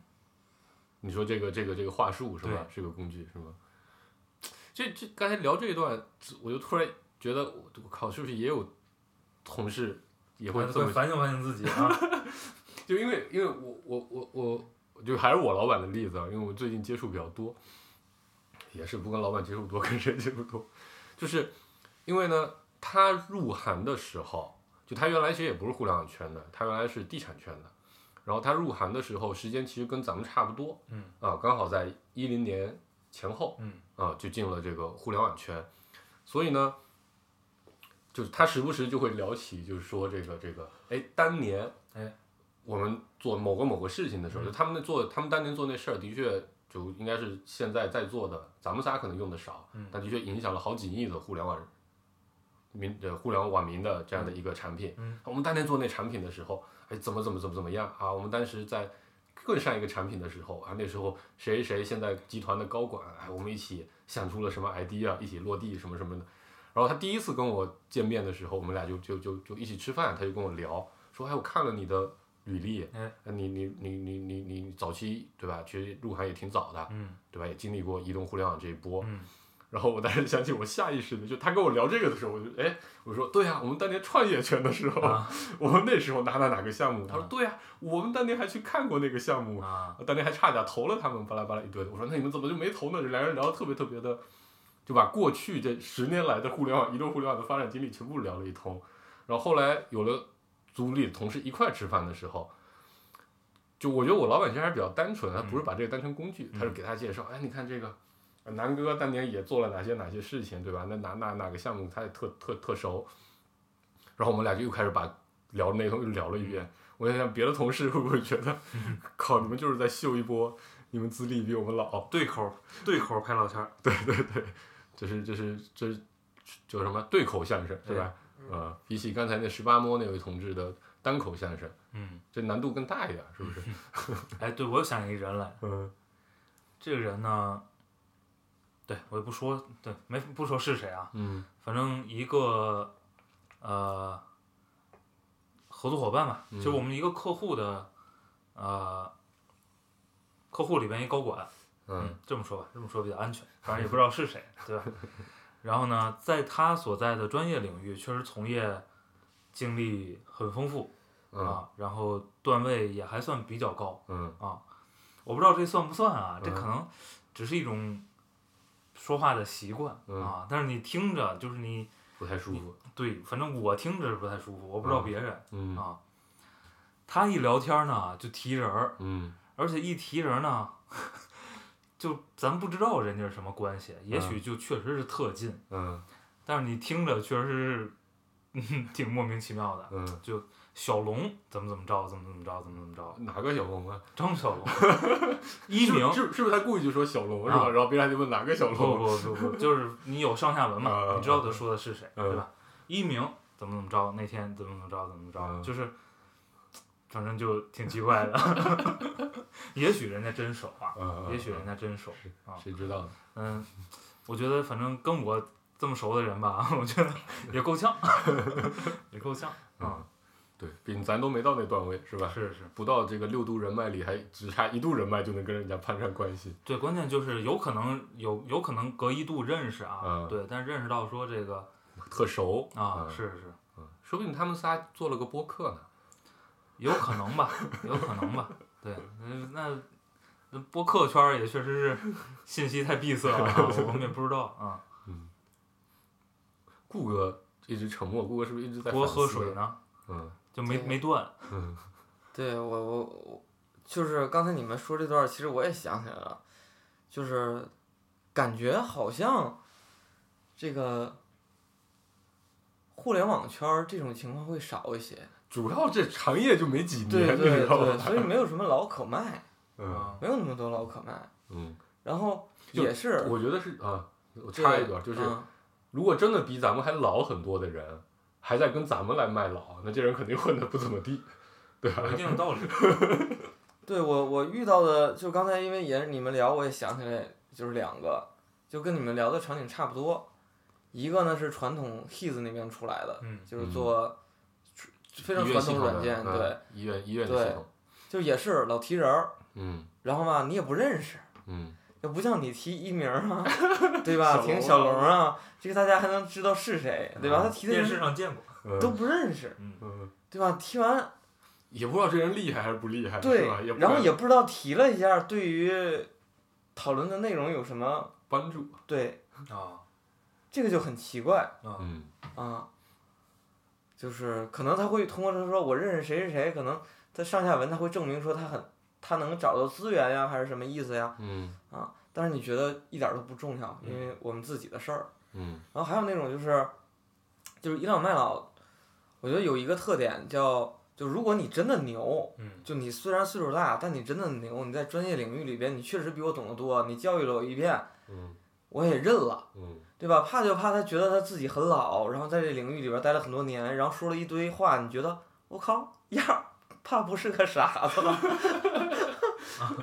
[SPEAKER 4] 你说这个这个这个话术是吧？是个工具是吗？这这刚才聊这一段，我就突然觉得，我我靠，是不是也有同事也会这么？
[SPEAKER 5] 哎反省反省自己
[SPEAKER 4] [LAUGHS]
[SPEAKER 5] 啊。
[SPEAKER 4] 就因为因为我我我我我就还是我老板的例子，啊，因为我最近接触比较多，也是不跟老板接触多， [LAUGHS] 跟谁接触多，就是因为呢，他入行的时候，就他原来其实也不是互联网圈的，他原来是地产圈的，然后他入行的时候时间其实跟咱们差不多，
[SPEAKER 5] 嗯
[SPEAKER 4] 啊，刚好在一零年前后，
[SPEAKER 5] 嗯
[SPEAKER 4] 啊，就进了这个互联网圈，所以呢，就是他时不时就会聊起，就是说这个这个，哎，当年，
[SPEAKER 5] 哎，嗯
[SPEAKER 4] 我们做某个某个事情的时候，就他们那做，他们当年做那事儿，的确就应该是现在在座的，咱们仨可能用的少，
[SPEAKER 5] 嗯
[SPEAKER 4] 但的确影响了好几亿的互联网人民呃互联网网民的这样的一个产品。
[SPEAKER 5] 嗯
[SPEAKER 4] 我们当年做那产品的时候，哎，怎么怎么怎么怎么样啊？我们当时在更上一个产品的时候啊，那时候谁谁谁现在集团的高管，哎，我们一起想出了什么 idea，一起落地什么什么的。然后他第一次跟我见面的时候，我们俩就就就就一起吃饭，他就跟我聊说，哎，我看了你的履历，呃
[SPEAKER 5] 哎
[SPEAKER 4] 你你你你你你你早期对吧？其实入行也挺早的，
[SPEAKER 5] 嗯
[SPEAKER 4] 对吧？也经历过移动互联网这一波。
[SPEAKER 5] 嗯
[SPEAKER 4] 然后我当时想起我下意识的，就他跟我聊这个的时候，我就哎，我说对呀、我们当年创业圈的时候，
[SPEAKER 5] 啊
[SPEAKER 4] 我们那时候哪哪哪个项目，他说
[SPEAKER 5] 啊
[SPEAKER 4] 对呀、我们当年还去看过那个项目，
[SPEAKER 5] 啊，
[SPEAKER 4] 当年还差点投了他们，巴拉巴拉一堆的。我说那你们怎么就没投呢？这两人聊的特别特别的，就把过去这十年来的互联网、移动互联网的发展经历全部聊了一通。然后后来有了组里的同事一块吃饭的时候，就我觉得我老板其实还是比较单纯，他不是把这个当成工具，他是给他介绍，哎，你看这个。呃南哥当年也做了哪些哪些事情，对吧？那哪哪哪个项目他也特特特熟，然后我们俩就又开始把聊那通又聊了一遍。我在想，别的同事会不会觉得靠，你们就是在秀一波，你们资历比我们老，
[SPEAKER 5] 对口对口拍老千儿，
[SPEAKER 4] 这是这是这是叫什么对口相声对吧？
[SPEAKER 3] 嗯
[SPEAKER 4] 呃，比起刚才那十八摸那位同志的单口相声，
[SPEAKER 5] 嗯，
[SPEAKER 4] 这难度更大一点，是
[SPEAKER 5] [LAUGHS]
[SPEAKER 4] 不是？
[SPEAKER 5] 哎，对我又想起一人来，
[SPEAKER 4] 嗯
[SPEAKER 5] 这个人呢，对我也不说，对，没不说是谁啊，
[SPEAKER 4] 嗯
[SPEAKER 5] 反正一个呃合作伙伴吧，
[SPEAKER 4] 嗯
[SPEAKER 5] 就我们一个客户的呃客户里边一高管，
[SPEAKER 4] 嗯，
[SPEAKER 5] 这么说吧，这么说比较安全，反正也不知道是谁，对吧？ [LAUGHS] 然后呢，在他所在的专业领域，确实从业经历很丰富，
[SPEAKER 4] 嗯
[SPEAKER 5] 啊，然后段位也还算比较高
[SPEAKER 4] 嗯
[SPEAKER 5] 啊。我不知道这算不算啊，这
[SPEAKER 4] 嗯
[SPEAKER 5] 可能只是一种说话的习惯
[SPEAKER 4] 嗯
[SPEAKER 5] 啊。但是你听着，就是你
[SPEAKER 4] 不太舒服，
[SPEAKER 5] 对，反正我听着不太舒服，我不知道
[SPEAKER 4] 嗯
[SPEAKER 5] 别人
[SPEAKER 4] 嗯
[SPEAKER 5] 啊。他一聊天呢，就提人儿，
[SPEAKER 4] 嗯
[SPEAKER 5] 而且一提人呢， [LAUGHS] 就咱不知道人家是什么关系，也许就确实是特近，
[SPEAKER 4] 嗯
[SPEAKER 5] 但是你听着确实是， [LAUGHS] 嗯，挺莫名其妙的。
[SPEAKER 4] 嗯，
[SPEAKER 5] 小龙怎么怎么着，怎么怎么着，怎么怎么着，
[SPEAKER 4] 哪个小龙啊？
[SPEAKER 5] 张小
[SPEAKER 4] [LAUGHS]
[SPEAKER 5] 龙，一
[SPEAKER 4] 是
[SPEAKER 5] 鸣
[SPEAKER 4] 不，是是不是他故意就说小龙是吧？
[SPEAKER 5] 啊哦
[SPEAKER 4] 然后别人还得问哪个小
[SPEAKER 5] 不
[SPEAKER 4] 龙？
[SPEAKER 5] 不不不，就是你有上下文
[SPEAKER 4] [LAUGHS] 啊啊
[SPEAKER 5] 嘛，
[SPEAKER 4] 啊
[SPEAKER 5] 你知道他说的是谁，
[SPEAKER 4] 嗯
[SPEAKER 5] 对吧？一鸣怎么怎么着，那天怎么怎么着，怎么怎么
[SPEAKER 4] 嗯
[SPEAKER 5] 着，就是，反正就挺奇怪的。 [LAUGHS] 也许人家真熟啊，
[SPEAKER 4] 嗯，
[SPEAKER 5] 也许啊
[SPEAKER 4] 嗯
[SPEAKER 5] 人家真熟。
[SPEAKER 4] 嗯谁知道呢？
[SPEAKER 5] 嗯，我觉得反正跟我这么熟的人吧， [LAUGHS] 我觉得也够
[SPEAKER 4] [LAUGHS]
[SPEAKER 5] 呛，也够呛啊。
[SPEAKER 4] 对，毕竟咱都没到那段位是吧？
[SPEAKER 5] 是是，
[SPEAKER 4] 不到这个六度人脉里，还只差一度人脉就能跟人家攀上关系。
[SPEAKER 5] 对，关键就是有可能有有可能隔一度认识啊，
[SPEAKER 4] 嗯
[SPEAKER 5] 对，但认识到说这个
[SPEAKER 4] 特熟
[SPEAKER 5] 啊，
[SPEAKER 4] 嗯
[SPEAKER 5] 是是，
[SPEAKER 4] 嗯说不定他们仨做了个播客呢。
[SPEAKER 5] 有可能吧， [LAUGHS] 有可能吧，对，嗯那那播客圈儿也确实是信息太闭塞了、啊，我们也不知道啊。
[SPEAKER 4] 顾哥一直沉默，顾哥是不是一直在
[SPEAKER 5] 我
[SPEAKER 4] 反
[SPEAKER 5] 喝
[SPEAKER 4] 思
[SPEAKER 5] 水？呢，
[SPEAKER 4] 嗯
[SPEAKER 5] 就没
[SPEAKER 3] 对
[SPEAKER 5] 没断，
[SPEAKER 4] 嗯
[SPEAKER 3] 对我我我，就是刚才你们说这段儿，其实我也想起来了，就是感觉好像这个互联网圈儿这种情况会少一些，
[SPEAKER 4] 主要这行业就没几年，
[SPEAKER 3] 对
[SPEAKER 4] 你
[SPEAKER 3] 对
[SPEAKER 4] 知道
[SPEAKER 3] 对，
[SPEAKER 4] 吧？
[SPEAKER 3] 所以没有什么老可卖，
[SPEAKER 4] 嗯
[SPEAKER 5] 啊
[SPEAKER 3] 没有那么多老可卖，
[SPEAKER 4] 嗯，
[SPEAKER 3] 然后
[SPEAKER 4] 就
[SPEAKER 3] 也是
[SPEAKER 4] 我觉得是啊，我
[SPEAKER 3] 这
[SPEAKER 4] 插一段，就是
[SPEAKER 3] 嗯
[SPEAKER 4] 如果真的比咱们还老很多的人，还在跟咱们来卖老，那这人肯定混的不怎么地，对吧
[SPEAKER 5] 有？一定的
[SPEAKER 3] [LAUGHS]
[SPEAKER 5] 道理。
[SPEAKER 3] 对我我遇到的就刚才因为也是你们聊，我也想起来就是两个，就跟你们聊的场景差不多，一个呢是传统 His 那边出来的，
[SPEAKER 5] 嗯
[SPEAKER 3] 就是
[SPEAKER 4] 嗯
[SPEAKER 3] 做传非常
[SPEAKER 4] 医
[SPEAKER 3] 传
[SPEAKER 4] 院系
[SPEAKER 3] 统
[SPEAKER 4] 统的
[SPEAKER 3] 软件，对，
[SPEAKER 4] 嗯医院医院的系统，
[SPEAKER 3] 就也是老提人儿，
[SPEAKER 4] 嗯
[SPEAKER 3] 然后吧你也不认识，
[SPEAKER 4] 嗯
[SPEAKER 3] 又不像你提一鸣儿啊， [LAUGHS] 对吧？
[SPEAKER 4] 小
[SPEAKER 3] 挺
[SPEAKER 4] 龙
[SPEAKER 3] 小
[SPEAKER 4] 啊
[SPEAKER 3] 龙啊，这个大家还能知道是谁，对吧？他提的
[SPEAKER 5] 电
[SPEAKER 3] 人
[SPEAKER 5] 视上见过，
[SPEAKER 4] 嗯
[SPEAKER 3] 都不认识，
[SPEAKER 5] 嗯，
[SPEAKER 4] 嗯，
[SPEAKER 3] 对吧？提完
[SPEAKER 4] 也不知道这人厉害还是不厉害，
[SPEAKER 3] 对
[SPEAKER 4] 是吧？也，不
[SPEAKER 3] 然后
[SPEAKER 4] 敢
[SPEAKER 3] 也不知道提了一下对于讨论的内容有什么
[SPEAKER 4] 帮助，
[SPEAKER 3] 对。
[SPEAKER 5] 啊
[SPEAKER 3] 这个就很奇怪
[SPEAKER 5] 啊，
[SPEAKER 4] 嗯
[SPEAKER 3] 啊，就是可能他会通过他说我认识谁谁谁，可能他上下文他会证明说他很他能找到资源呀，还是什么意思呀
[SPEAKER 4] 嗯
[SPEAKER 3] 啊？但是你觉得一点儿都不重要，
[SPEAKER 5] 嗯
[SPEAKER 3] 因为我们自己的事儿。
[SPEAKER 4] 嗯
[SPEAKER 3] 然后还有那种就是就是倚老卖老，我觉得有一个特点叫。就如果你真的牛，
[SPEAKER 5] 嗯
[SPEAKER 3] 就你虽然岁数大，但你真的牛，你在专业领域里边，你确实比我懂得多，你教育了我一遍，
[SPEAKER 4] 嗯
[SPEAKER 3] 我也认了。
[SPEAKER 4] 嗯
[SPEAKER 3] 对吧？怕就怕他觉得他自己很老，然后在这领域里边待了很多年，然后说了一堆话，你觉得我靠呀，怕不是个傻子吧？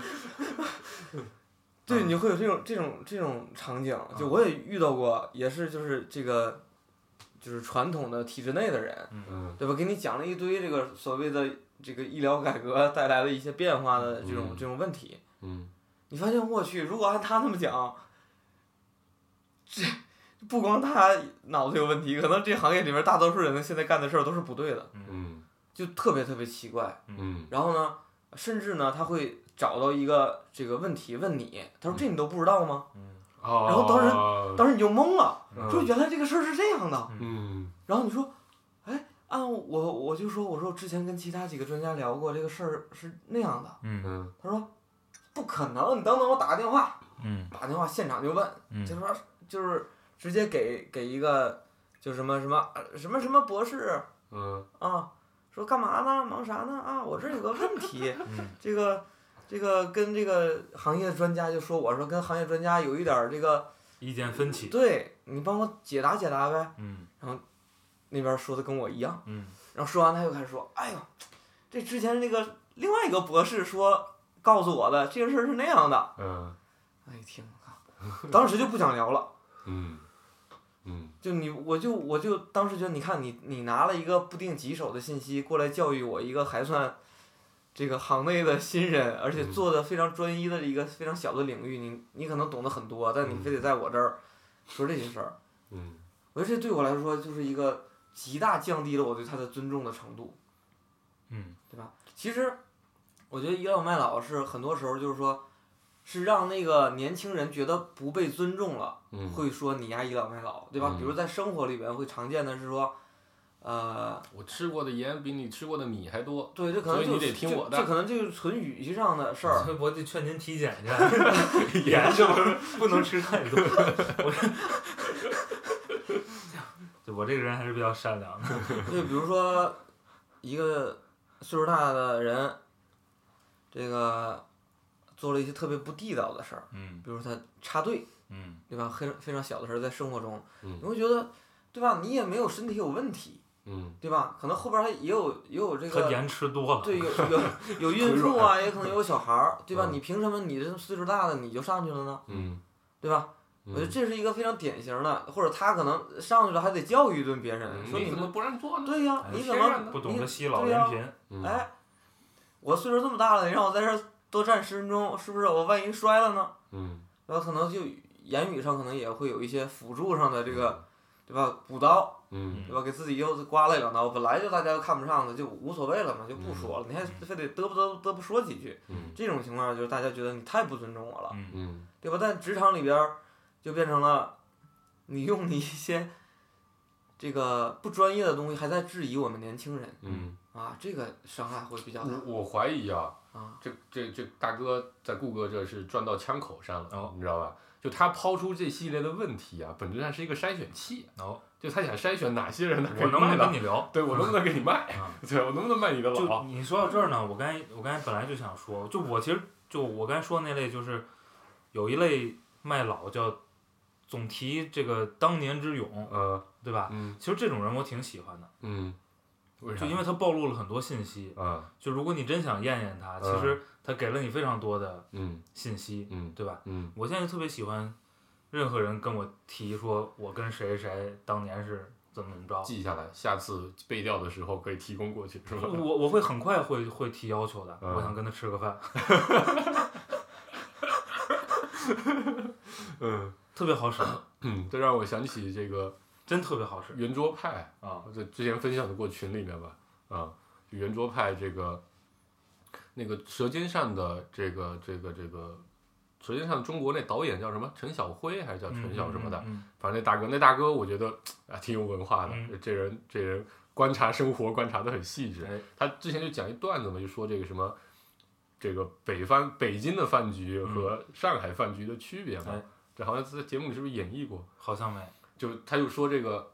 [SPEAKER 3] [LAUGHS] 对，你会有这种这种这种场景，就我也遇到过，也是就是这个，就是传统的体制内的人，
[SPEAKER 4] 嗯
[SPEAKER 3] 对吧？给你讲了一堆这个所谓的这个医疗改革带来的一些变化的这种
[SPEAKER 4] 嗯
[SPEAKER 3] 这种问题，
[SPEAKER 4] 嗯，
[SPEAKER 3] 你发现我去，如果按他那么讲，这不光他脑子有问题，可能这行业里面大多数人现在干的事儿都是不对的，
[SPEAKER 4] 嗯
[SPEAKER 3] 就特别特别奇怪。
[SPEAKER 4] 嗯
[SPEAKER 3] 然后呢，甚至呢，他会找到一个这个问题问你，他说这你都不知道吗？
[SPEAKER 5] 嗯
[SPEAKER 4] 哦，
[SPEAKER 3] 后当当时你就懵了，
[SPEAKER 4] 嗯
[SPEAKER 3] 说原来这个事儿是这样的。
[SPEAKER 4] 嗯
[SPEAKER 3] 然后你说，哎，按我我就说，我说我之前跟其他几个专家聊过，这个事儿是那样的。
[SPEAKER 5] 嗯
[SPEAKER 4] 嗯
[SPEAKER 3] 他说不可能，你等等，我打个电话，
[SPEAKER 5] 嗯
[SPEAKER 3] 打电话现场就问。
[SPEAKER 5] 嗯
[SPEAKER 3] 就说就是直接给给一个就什么什么呃什么什么博士
[SPEAKER 4] 嗯
[SPEAKER 3] 啊，说干嘛呢？忙啥呢？啊，我这儿有个问题，
[SPEAKER 5] [LAUGHS] 嗯
[SPEAKER 3] 这个这个跟这个行业专家就说，我说跟行业专家有一点儿这个，
[SPEAKER 5] 意见分歧，
[SPEAKER 3] 对你帮我解答解答呗。
[SPEAKER 5] 嗯
[SPEAKER 3] 那边说的跟我一样，
[SPEAKER 5] 嗯
[SPEAKER 3] 然后说完他又开始说，哎呦，这之前那个另外一个博士说告诉我的这个事儿是那样的，
[SPEAKER 4] 嗯
[SPEAKER 3] 哎听，我靠当时就不想聊了。
[SPEAKER 4] 嗯嗯
[SPEAKER 3] 就你，我就我就当时觉得，你看你你拿了一个不定棘手的信息过来教育我一个还算这个行内的新人，而且
[SPEAKER 4] 嗯
[SPEAKER 3] 做的非常专一的一个非常小的领域，你你可能懂得很多，但你非得在我这儿说这些事儿，
[SPEAKER 4] 嗯
[SPEAKER 3] 我觉得这对我来说就是一个极大降低了我对他的尊重的程度。
[SPEAKER 5] 嗯 [LAUGHS]
[SPEAKER 3] 其实，我觉得倚老卖老是很多时候就是说，是让那个年轻人觉得不被尊重了。
[SPEAKER 4] 嗯，
[SPEAKER 3] 会说你呀倚老卖老，对吧？
[SPEAKER 4] 嗯
[SPEAKER 3] 比如在生活里边会常见的是说，呃，
[SPEAKER 4] 我吃过的盐比你吃过的米还多。
[SPEAKER 3] 对，这可能
[SPEAKER 4] 所以你
[SPEAKER 3] 就
[SPEAKER 4] 得听
[SPEAKER 3] 这
[SPEAKER 4] 我的
[SPEAKER 3] 这可能就是纯语义上的事
[SPEAKER 4] [LAUGHS]
[SPEAKER 3] 儿。
[SPEAKER 5] 所以我得劝您体检去，盐是不是不能吃太多？我 [LAUGHS] 这，对我这个人还是比较善良的。
[SPEAKER 3] 就比如说，一个岁数大的人，这个做了一些特别不地道的事儿，
[SPEAKER 5] 嗯
[SPEAKER 3] 比如他插队，
[SPEAKER 5] 嗯
[SPEAKER 3] 对吧？很非常小的事儿，在生活中，
[SPEAKER 4] 嗯
[SPEAKER 3] 你会觉得，对吧？你也没有身体有问题，
[SPEAKER 4] 嗯，
[SPEAKER 3] 对吧？可能后边儿他也有也有这
[SPEAKER 5] 他
[SPEAKER 3] 个
[SPEAKER 5] 盐吃
[SPEAKER 4] [LAUGHS]
[SPEAKER 5] 多了。
[SPEAKER 3] 对，有有有孕妇啊，也可能有小孩儿，对吧？
[SPEAKER 4] 嗯
[SPEAKER 3] 你凭什么你这岁数大了你就上去了呢？
[SPEAKER 4] 嗯，
[SPEAKER 3] 对吧？
[SPEAKER 4] 嗯
[SPEAKER 3] 我觉得这是一个非常典型的，或者他可能上去了还得教育一顿别人，说
[SPEAKER 4] 嗯你怎
[SPEAKER 3] 们
[SPEAKER 4] 么不让做呢？
[SPEAKER 3] 对呀、
[SPEAKER 5] 哎
[SPEAKER 3] 你
[SPEAKER 5] 天
[SPEAKER 3] 怎
[SPEAKER 4] 然
[SPEAKER 3] 么
[SPEAKER 4] 的
[SPEAKER 5] 不懂得
[SPEAKER 3] 你
[SPEAKER 5] 惜老
[SPEAKER 3] 对
[SPEAKER 5] 怜
[SPEAKER 3] 呀
[SPEAKER 5] 贫。
[SPEAKER 4] 嗯，
[SPEAKER 3] 哎，我岁数这么大了，你让我在这儿多站十分钟，是不是？我万一摔了呢？
[SPEAKER 4] 嗯，
[SPEAKER 3] 然后可能就言语上可能也会有一些辅助上的这个，对吧？补刀，
[SPEAKER 4] 嗯，
[SPEAKER 3] 对吧？给自己又刮了两刀，本来就大家都看不上的，就无所谓了嘛，就不说了。你还非得嘚不嘚不嘚不说几句，
[SPEAKER 4] 嗯
[SPEAKER 3] 这种情况就是大家觉得你太不尊重我了，
[SPEAKER 5] 嗯
[SPEAKER 4] 嗯
[SPEAKER 3] 对吧？但职场里边儿就变成了，你用你一些这个不专业的东西，还在质疑我们年轻人
[SPEAKER 4] 嗯，
[SPEAKER 3] 啊，这个伤害会比较大
[SPEAKER 4] 我我怀疑啊，
[SPEAKER 3] 啊。
[SPEAKER 4] 这这这大哥在顾哥这是赚到枪口上了，
[SPEAKER 5] 哦
[SPEAKER 4] 你知道吧？就他抛出这系列的问题啊，本质上是一个筛选器，
[SPEAKER 5] 哦，
[SPEAKER 4] 就他想筛选哪些人他可
[SPEAKER 5] 我
[SPEAKER 4] 以
[SPEAKER 5] 能不
[SPEAKER 4] 卖
[SPEAKER 5] 能跟
[SPEAKER 4] 到，
[SPEAKER 5] 你聊？
[SPEAKER 4] 对我能不能给你卖，
[SPEAKER 5] 啊
[SPEAKER 4] [LAUGHS] 对我能不能卖
[SPEAKER 5] [LAUGHS]
[SPEAKER 4] 你的
[SPEAKER 5] 就
[SPEAKER 4] 老？
[SPEAKER 5] 你说到这儿呢，我刚才我刚才本来就想说，就我其实就我刚才说那类就是有一类卖老叫总提这个当年之勇，
[SPEAKER 4] 嗯
[SPEAKER 5] 对吧？
[SPEAKER 4] 嗯
[SPEAKER 5] 其实这种人我挺喜欢的，
[SPEAKER 4] 嗯，为啥
[SPEAKER 5] 就因？为他暴露了很多信息。
[SPEAKER 4] 啊
[SPEAKER 5] 就如果你真想验验他，
[SPEAKER 4] 嗯
[SPEAKER 5] 其实他给了你非常多的
[SPEAKER 4] 嗯
[SPEAKER 5] 信息，
[SPEAKER 4] 嗯
[SPEAKER 5] 对吧？
[SPEAKER 4] 嗯
[SPEAKER 5] 我现在就特别喜欢任何人跟我提说我跟谁谁当年是怎么怎么着，
[SPEAKER 4] 记下来，下次背调的时候可以提供过去，是吧？
[SPEAKER 5] 我我会很快会会提要求的，
[SPEAKER 4] 嗯
[SPEAKER 5] 我想跟他吃个饭，
[SPEAKER 4] [LAUGHS] 嗯
[SPEAKER 5] [LAUGHS] 特别好使，
[SPEAKER 4] [LAUGHS] 嗯，这让我想起这个
[SPEAKER 5] 真特别好使
[SPEAKER 4] 圆桌派，
[SPEAKER 5] 啊！
[SPEAKER 4] 这之前分享的过群里面吧，啊，就圆桌派这个那个《舌尖上的这个这个这个《舌尖上的中国》那导演叫什么？陈小辉还是叫陈小什么的？
[SPEAKER 5] 嗯？嗯
[SPEAKER 4] 反正那大哥，那大哥我觉得啊挺有文化的，
[SPEAKER 5] 嗯
[SPEAKER 4] 这人这人观察生活观察的很细致。
[SPEAKER 5] 哎
[SPEAKER 4] 他之前就讲一段子嘛，就说这个什么。这个北方北京的饭局和上海饭局的区别嘛，
[SPEAKER 5] 嗯哎
[SPEAKER 4] 这好像在节目里是不是演绎过？
[SPEAKER 5] 嗯好像没，
[SPEAKER 4] 就他就说这个，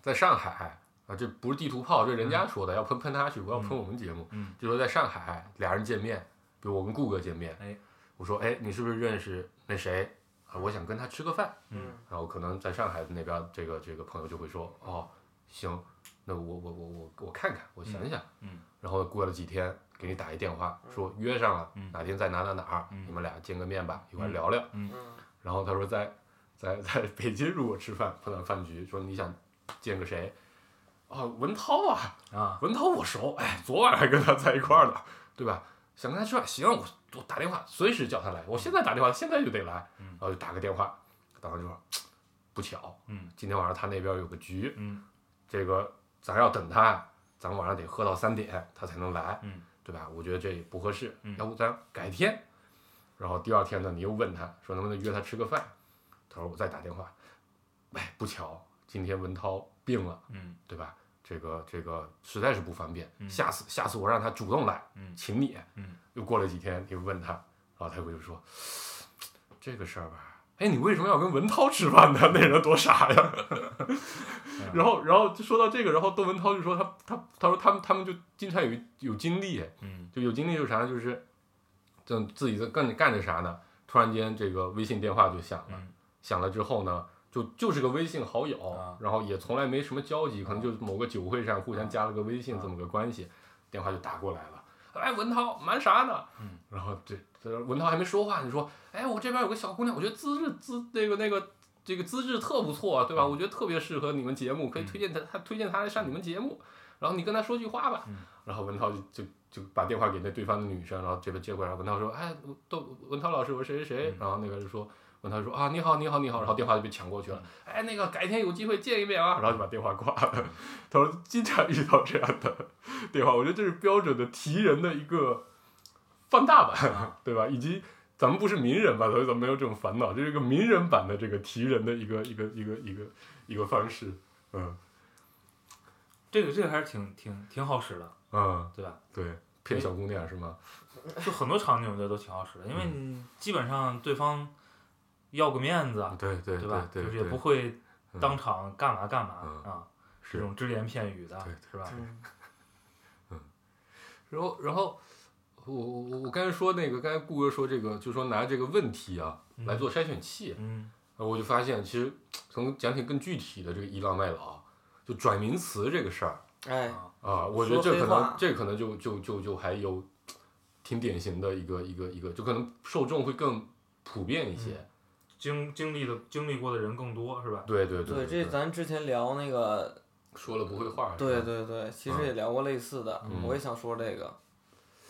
[SPEAKER 4] 在上海啊，这不是地图炮，这是人家说的，要喷喷他去，不要喷我们节目。
[SPEAKER 5] 嗯
[SPEAKER 4] 就说在上海，俩人见面，比如我跟顾哥见面，
[SPEAKER 5] 哎
[SPEAKER 4] 我说哎，你是不是认识那谁啊？我想跟他吃个饭。
[SPEAKER 5] 嗯
[SPEAKER 4] 然后可能在上海那边这个这个朋友就会说哦，行，那我我我我我看看，我想想。
[SPEAKER 5] 嗯
[SPEAKER 4] 然后过了几天，给你打一电话，说约上了，
[SPEAKER 5] 嗯
[SPEAKER 4] 哪天在哪哪哪儿，
[SPEAKER 5] 嗯
[SPEAKER 4] 你们俩见个面吧，一块儿聊聊。
[SPEAKER 3] 嗯
[SPEAKER 4] 然后他说在在在北京如果吃饭碰到饭局，说你想见个谁？啊，文涛啊，
[SPEAKER 5] 啊，
[SPEAKER 4] 文涛我熟，哎，昨晚还跟他在一块儿呢，对吧？想跟他吃饭，行，我我打电话随时叫他来，我现在打电话，现在就得来，
[SPEAKER 5] 嗯
[SPEAKER 4] 然后就打个电话，打完就说嘖不巧，
[SPEAKER 5] 嗯
[SPEAKER 4] 今天晚上他那边有个局，
[SPEAKER 5] 嗯
[SPEAKER 4] 这个咱要等他，咱们晚上得喝到三点，他才能来，
[SPEAKER 5] 嗯
[SPEAKER 4] 对吧？我觉得这不合适，
[SPEAKER 5] 嗯
[SPEAKER 4] 要不咱改天。然后第二天呢，你又问他说能不能约他吃个饭，他说我再打电话。哎，不巧，今天文涛病了，
[SPEAKER 5] 嗯
[SPEAKER 4] 对吧？这个这个实在是不方便，
[SPEAKER 5] 嗯
[SPEAKER 4] 下次下次我让他主动来，
[SPEAKER 5] 嗯
[SPEAKER 4] 请你。
[SPEAKER 5] 嗯
[SPEAKER 4] 又过了几天，你又问他，然后他就说这个事儿吧。哎，你为什么要跟文涛吃饭呢？ [LAUGHS] 那人多傻
[SPEAKER 5] [LAUGHS]
[SPEAKER 4] 呀！
[SPEAKER 5] 嗯
[SPEAKER 4] 然后，然后就说到这个，然后窦文涛就说他他他说他们他们就经常有一有经历，
[SPEAKER 5] 嗯
[SPEAKER 4] 就有经历就是啥，就是正自己在干干着啥呢，突然间这个微信电话就响了，
[SPEAKER 5] 嗯
[SPEAKER 4] 响了之后呢，就就是个微信好友，
[SPEAKER 5] 啊
[SPEAKER 4] 然后也从来没什么交集，可能就某个酒会上互相加了个微信
[SPEAKER 5] 啊
[SPEAKER 4] 这么个关系，电话就打过来了。哎，文涛，忙啥呢？
[SPEAKER 5] 嗯
[SPEAKER 4] 然后这这文涛还没说话，你说，哎，我这边有个小姑娘，我觉得资质资那个那个这个资质特不错，啊对吧？
[SPEAKER 5] 嗯
[SPEAKER 4] 我觉得特别适合你们节目，可以推荐她，她推荐她来上你们节目。然后你跟她说句话吧。
[SPEAKER 5] 嗯
[SPEAKER 4] 然后文涛就就就把电话给那对方的女生，然后这边接过来，文涛说，哎，窦文涛老师，我是谁谁谁。
[SPEAKER 5] 嗯
[SPEAKER 4] 然后那个人说，文涛说啊，你好，你好，你好。然后电话就被抢过去了。
[SPEAKER 5] 嗯
[SPEAKER 4] 哎，那个改天有机会见一面啊。然后就把电话挂了。 [LAUGHS] 他说经常遇到这样的电话，我觉得这是标准的提人的一个放大版 [LAUGHS]
[SPEAKER 5] 啊，
[SPEAKER 4] 对吧？以及咱们不是名人吧，所以咱们没有这种烦恼，这是一个名人版的这个提人的一个一个一个一个一个方式，嗯。
[SPEAKER 5] 这个这个还是挺挺挺好使的，
[SPEAKER 4] 嗯，
[SPEAKER 5] 对吧？
[SPEAKER 4] 对，
[SPEAKER 5] 哎
[SPEAKER 4] 骗小姑娘是吗？
[SPEAKER 5] 就很多场景我觉得都挺好使的，因为
[SPEAKER 4] 嗯
[SPEAKER 3] 嗯
[SPEAKER 5] 你基本上对方要个面子啊，
[SPEAKER 4] 对对
[SPEAKER 5] 对吧
[SPEAKER 4] 对？对，
[SPEAKER 5] 就是也不
[SPEAKER 4] 对
[SPEAKER 5] 会
[SPEAKER 4] 嗯
[SPEAKER 5] 当场干嘛干嘛
[SPEAKER 4] 嗯
[SPEAKER 5] 啊，这
[SPEAKER 4] 是
[SPEAKER 5] 种只言片语的
[SPEAKER 4] 对，
[SPEAKER 5] 是吧？
[SPEAKER 3] 嗯
[SPEAKER 4] 然后，然后我我我刚才说那个，刚才顾哥说这个，就说拿这个问题啊
[SPEAKER 5] 嗯
[SPEAKER 4] 来做筛选器，
[SPEAKER 5] 嗯
[SPEAKER 4] 呃我就发现其实从讲起更具体的这个倚老卖老，啊就转名词这个事儿
[SPEAKER 3] 哎，
[SPEAKER 5] 啊，
[SPEAKER 4] 啊，我觉得这
[SPEAKER 3] 说黑
[SPEAKER 4] 可
[SPEAKER 3] 话
[SPEAKER 4] 能这可能就就就就还有挺典型的一个一个一个，就可能受众会更普遍一些。
[SPEAKER 5] 经经历的经历过的人更多，是吧？
[SPEAKER 4] 对对
[SPEAKER 3] 嗯对，这
[SPEAKER 4] 对
[SPEAKER 3] 咱之前聊那个
[SPEAKER 4] 说了不会话，
[SPEAKER 3] 对
[SPEAKER 4] 是吧，
[SPEAKER 3] 对对，其实也聊过类似的，
[SPEAKER 4] 啊嗯
[SPEAKER 3] 我也想说这个，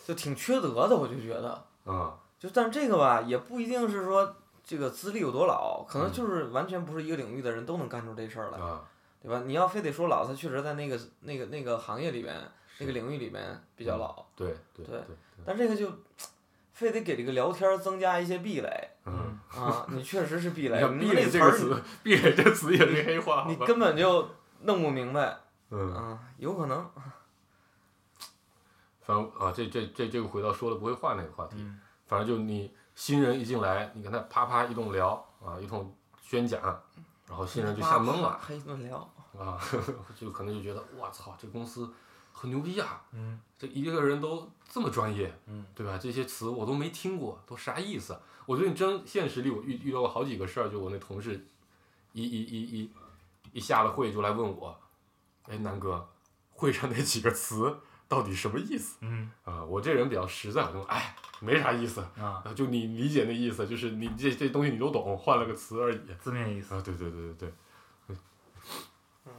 [SPEAKER 3] 就挺缺德的，我就觉得，
[SPEAKER 4] 嗯
[SPEAKER 3] 就但这个吧，也不一定是说这个资历有多老，可能
[SPEAKER 4] 嗯
[SPEAKER 3] 就是完全不是一个领域的人都能干出这事儿来，
[SPEAKER 4] 啊，
[SPEAKER 3] 对吧？你要非得说老，他确实在那个那个那个行业里边，那个领域里边比较老，
[SPEAKER 4] 对对
[SPEAKER 3] 对
[SPEAKER 4] 嗯对，
[SPEAKER 3] 但这个就非得给这个聊天儿增加一些壁垒
[SPEAKER 4] 嗯，
[SPEAKER 3] 啊，你确实是
[SPEAKER 4] [LAUGHS]
[SPEAKER 3] 壁
[SPEAKER 4] 你
[SPEAKER 3] 垒，
[SPEAKER 4] 看“
[SPEAKER 3] 你
[SPEAKER 4] 壁
[SPEAKER 3] 那
[SPEAKER 4] 垒”
[SPEAKER 3] 词
[SPEAKER 4] 这个
[SPEAKER 3] 儿
[SPEAKER 4] 词，“ [LAUGHS] 壁垒”这词
[SPEAKER 3] [LAUGHS]
[SPEAKER 4] 也是黑话，
[SPEAKER 3] 你
[SPEAKER 4] 好吧
[SPEAKER 3] 根本就弄不明白
[SPEAKER 4] 嗯。
[SPEAKER 3] 啊，有可能，
[SPEAKER 4] 反正啊，这这这这个回到说了不会话那个话题，
[SPEAKER 5] 嗯
[SPEAKER 4] 反正就你新人一进来，你跟他啪啪一顿聊啊，一通宣讲，然后新人就吓懵了
[SPEAKER 3] 还一顿聊，
[SPEAKER 4] 啊， [LAUGHS] 就可能就觉得我操，这公司很牛逼啊，
[SPEAKER 5] 嗯
[SPEAKER 4] 这一个人都这么专业，
[SPEAKER 5] 嗯，
[SPEAKER 4] 对吧？这些词我都没听过，都啥意思？我觉得你真现实里我遇遇到过好几个事儿，就我那同事一一一一一下了会就来问我，哎，南哥，会上那几个词到底什么意思？
[SPEAKER 5] 嗯
[SPEAKER 4] 啊、我这人比较实在，我就哎，没啥意思，
[SPEAKER 5] 啊，
[SPEAKER 4] 啊就你理解那意思，就是你这这东西你都懂，换了个词而已。
[SPEAKER 5] 字面意思，
[SPEAKER 4] 啊，对对对对对，
[SPEAKER 3] 嗯。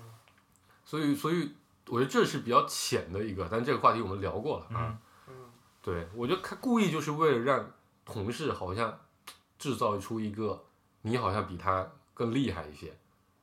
[SPEAKER 4] 所以所以我觉得这是比较浅的一个，但这个话题我们聊过了啊。
[SPEAKER 5] 嗯
[SPEAKER 3] 嗯
[SPEAKER 4] 对，我觉得他故意就是为了让同事好像制造出一个你好像比他更厉害一些，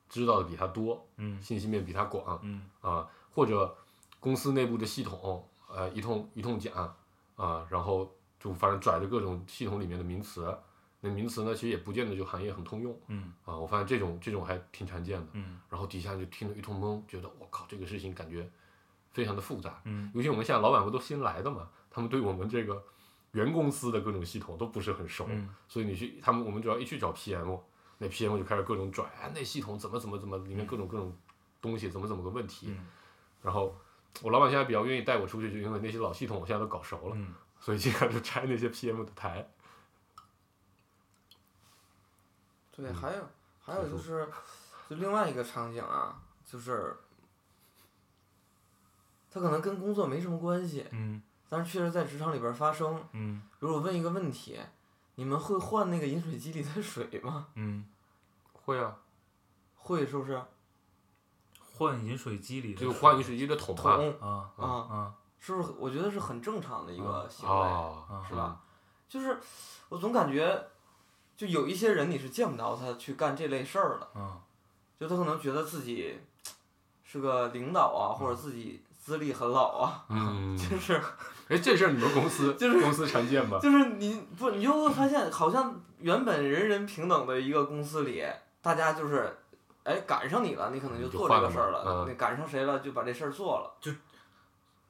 [SPEAKER 4] 知道的比他多，
[SPEAKER 5] 嗯
[SPEAKER 4] 信息面比他广，
[SPEAKER 5] 嗯
[SPEAKER 4] 啊，或者公司内部的系统，呃，一通一通讲啊，然后就反正拽着各种系统里面的名词，那名词呢，其实也不见得就行业很通用
[SPEAKER 5] 嗯
[SPEAKER 4] 啊。我发现这种这种还挺常见的，
[SPEAKER 5] 嗯
[SPEAKER 4] 然后底下就听得一通懵，觉得我靠，这个事情感觉非常的复杂。
[SPEAKER 5] 嗯
[SPEAKER 4] 尤其我们现在老板不都新来的嘛，他们对我们这个原公司的各种系统都不是很熟，
[SPEAKER 5] 嗯
[SPEAKER 4] 所以你去他们，我们只要一去找 PM，那 PM 就开始各种拽，啊，那系统怎么怎么怎么，里面各种各种东西怎么怎么个问题。
[SPEAKER 5] 嗯
[SPEAKER 4] 然后我老板现在比较愿意带我出去，就因为那些老系统我现在都搞熟了，
[SPEAKER 5] 嗯，
[SPEAKER 4] 所以经常就拆那些 PM 的台。
[SPEAKER 3] 对，
[SPEAKER 4] 嗯
[SPEAKER 3] 还有还有
[SPEAKER 4] 结
[SPEAKER 3] 就
[SPEAKER 4] 束
[SPEAKER 3] 是，就另外一个场景啊，就是，他可能跟工作没什么关系，
[SPEAKER 5] 嗯
[SPEAKER 3] 但是确实在职场里边发生。
[SPEAKER 5] 嗯
[SPEAKER 3] 比如我问一个问题，你们会换那个饮水机里的水吗？
[SPEAKER 5] 嗯，
[SPEAKER 4] 会啊，
[SPEAKER 3] 会是不是？
[SPEAKER 5] 换饮水机里的
[SPEAKER 4] 就
[SPEAKER 5] 水
[SPEAKER 4] 换饮水机的桶嘛。
[SPEAKER 3] 桶
[SPEAKER 5] 啊
[SPEAKER 3] 啊，
[SPEAKER 5] 啊
[SPEAKER 3] 是不是？我觉得是很正常的一个行为，
[SPEAKER 4] 哦，
[SPEAKER 5] 啊
[SPEAKER 3] 是吧？就是我总感觉，就有一些人你是见不着他去干这类事儿的。
[SPEAKER 5] 啊
[SPEAKER 3] 就他可能觉得自己是个领导啊，或者自己资历很老啊，
[SPEAKER 4] 嗯，
[SPEAKER 3] 就是
[SPEAKER 4] 哎，这事儿你们公司
[SPEAKER 3] 就是
[SPEAKER 4] 公司常见吗？
[SPEAKER 3] 就是你不你就会发现，好像原本人人平等的一个公司里，大家就是。哎，赶上你了，你可能就做这个事儿
[SPEAKER 4] 就换了
[SPEAKER 3] 了。
[SPEAKER 4] 嘛嗯
[SPEAKER 3] 那赶上谁了，就把这事儿做了。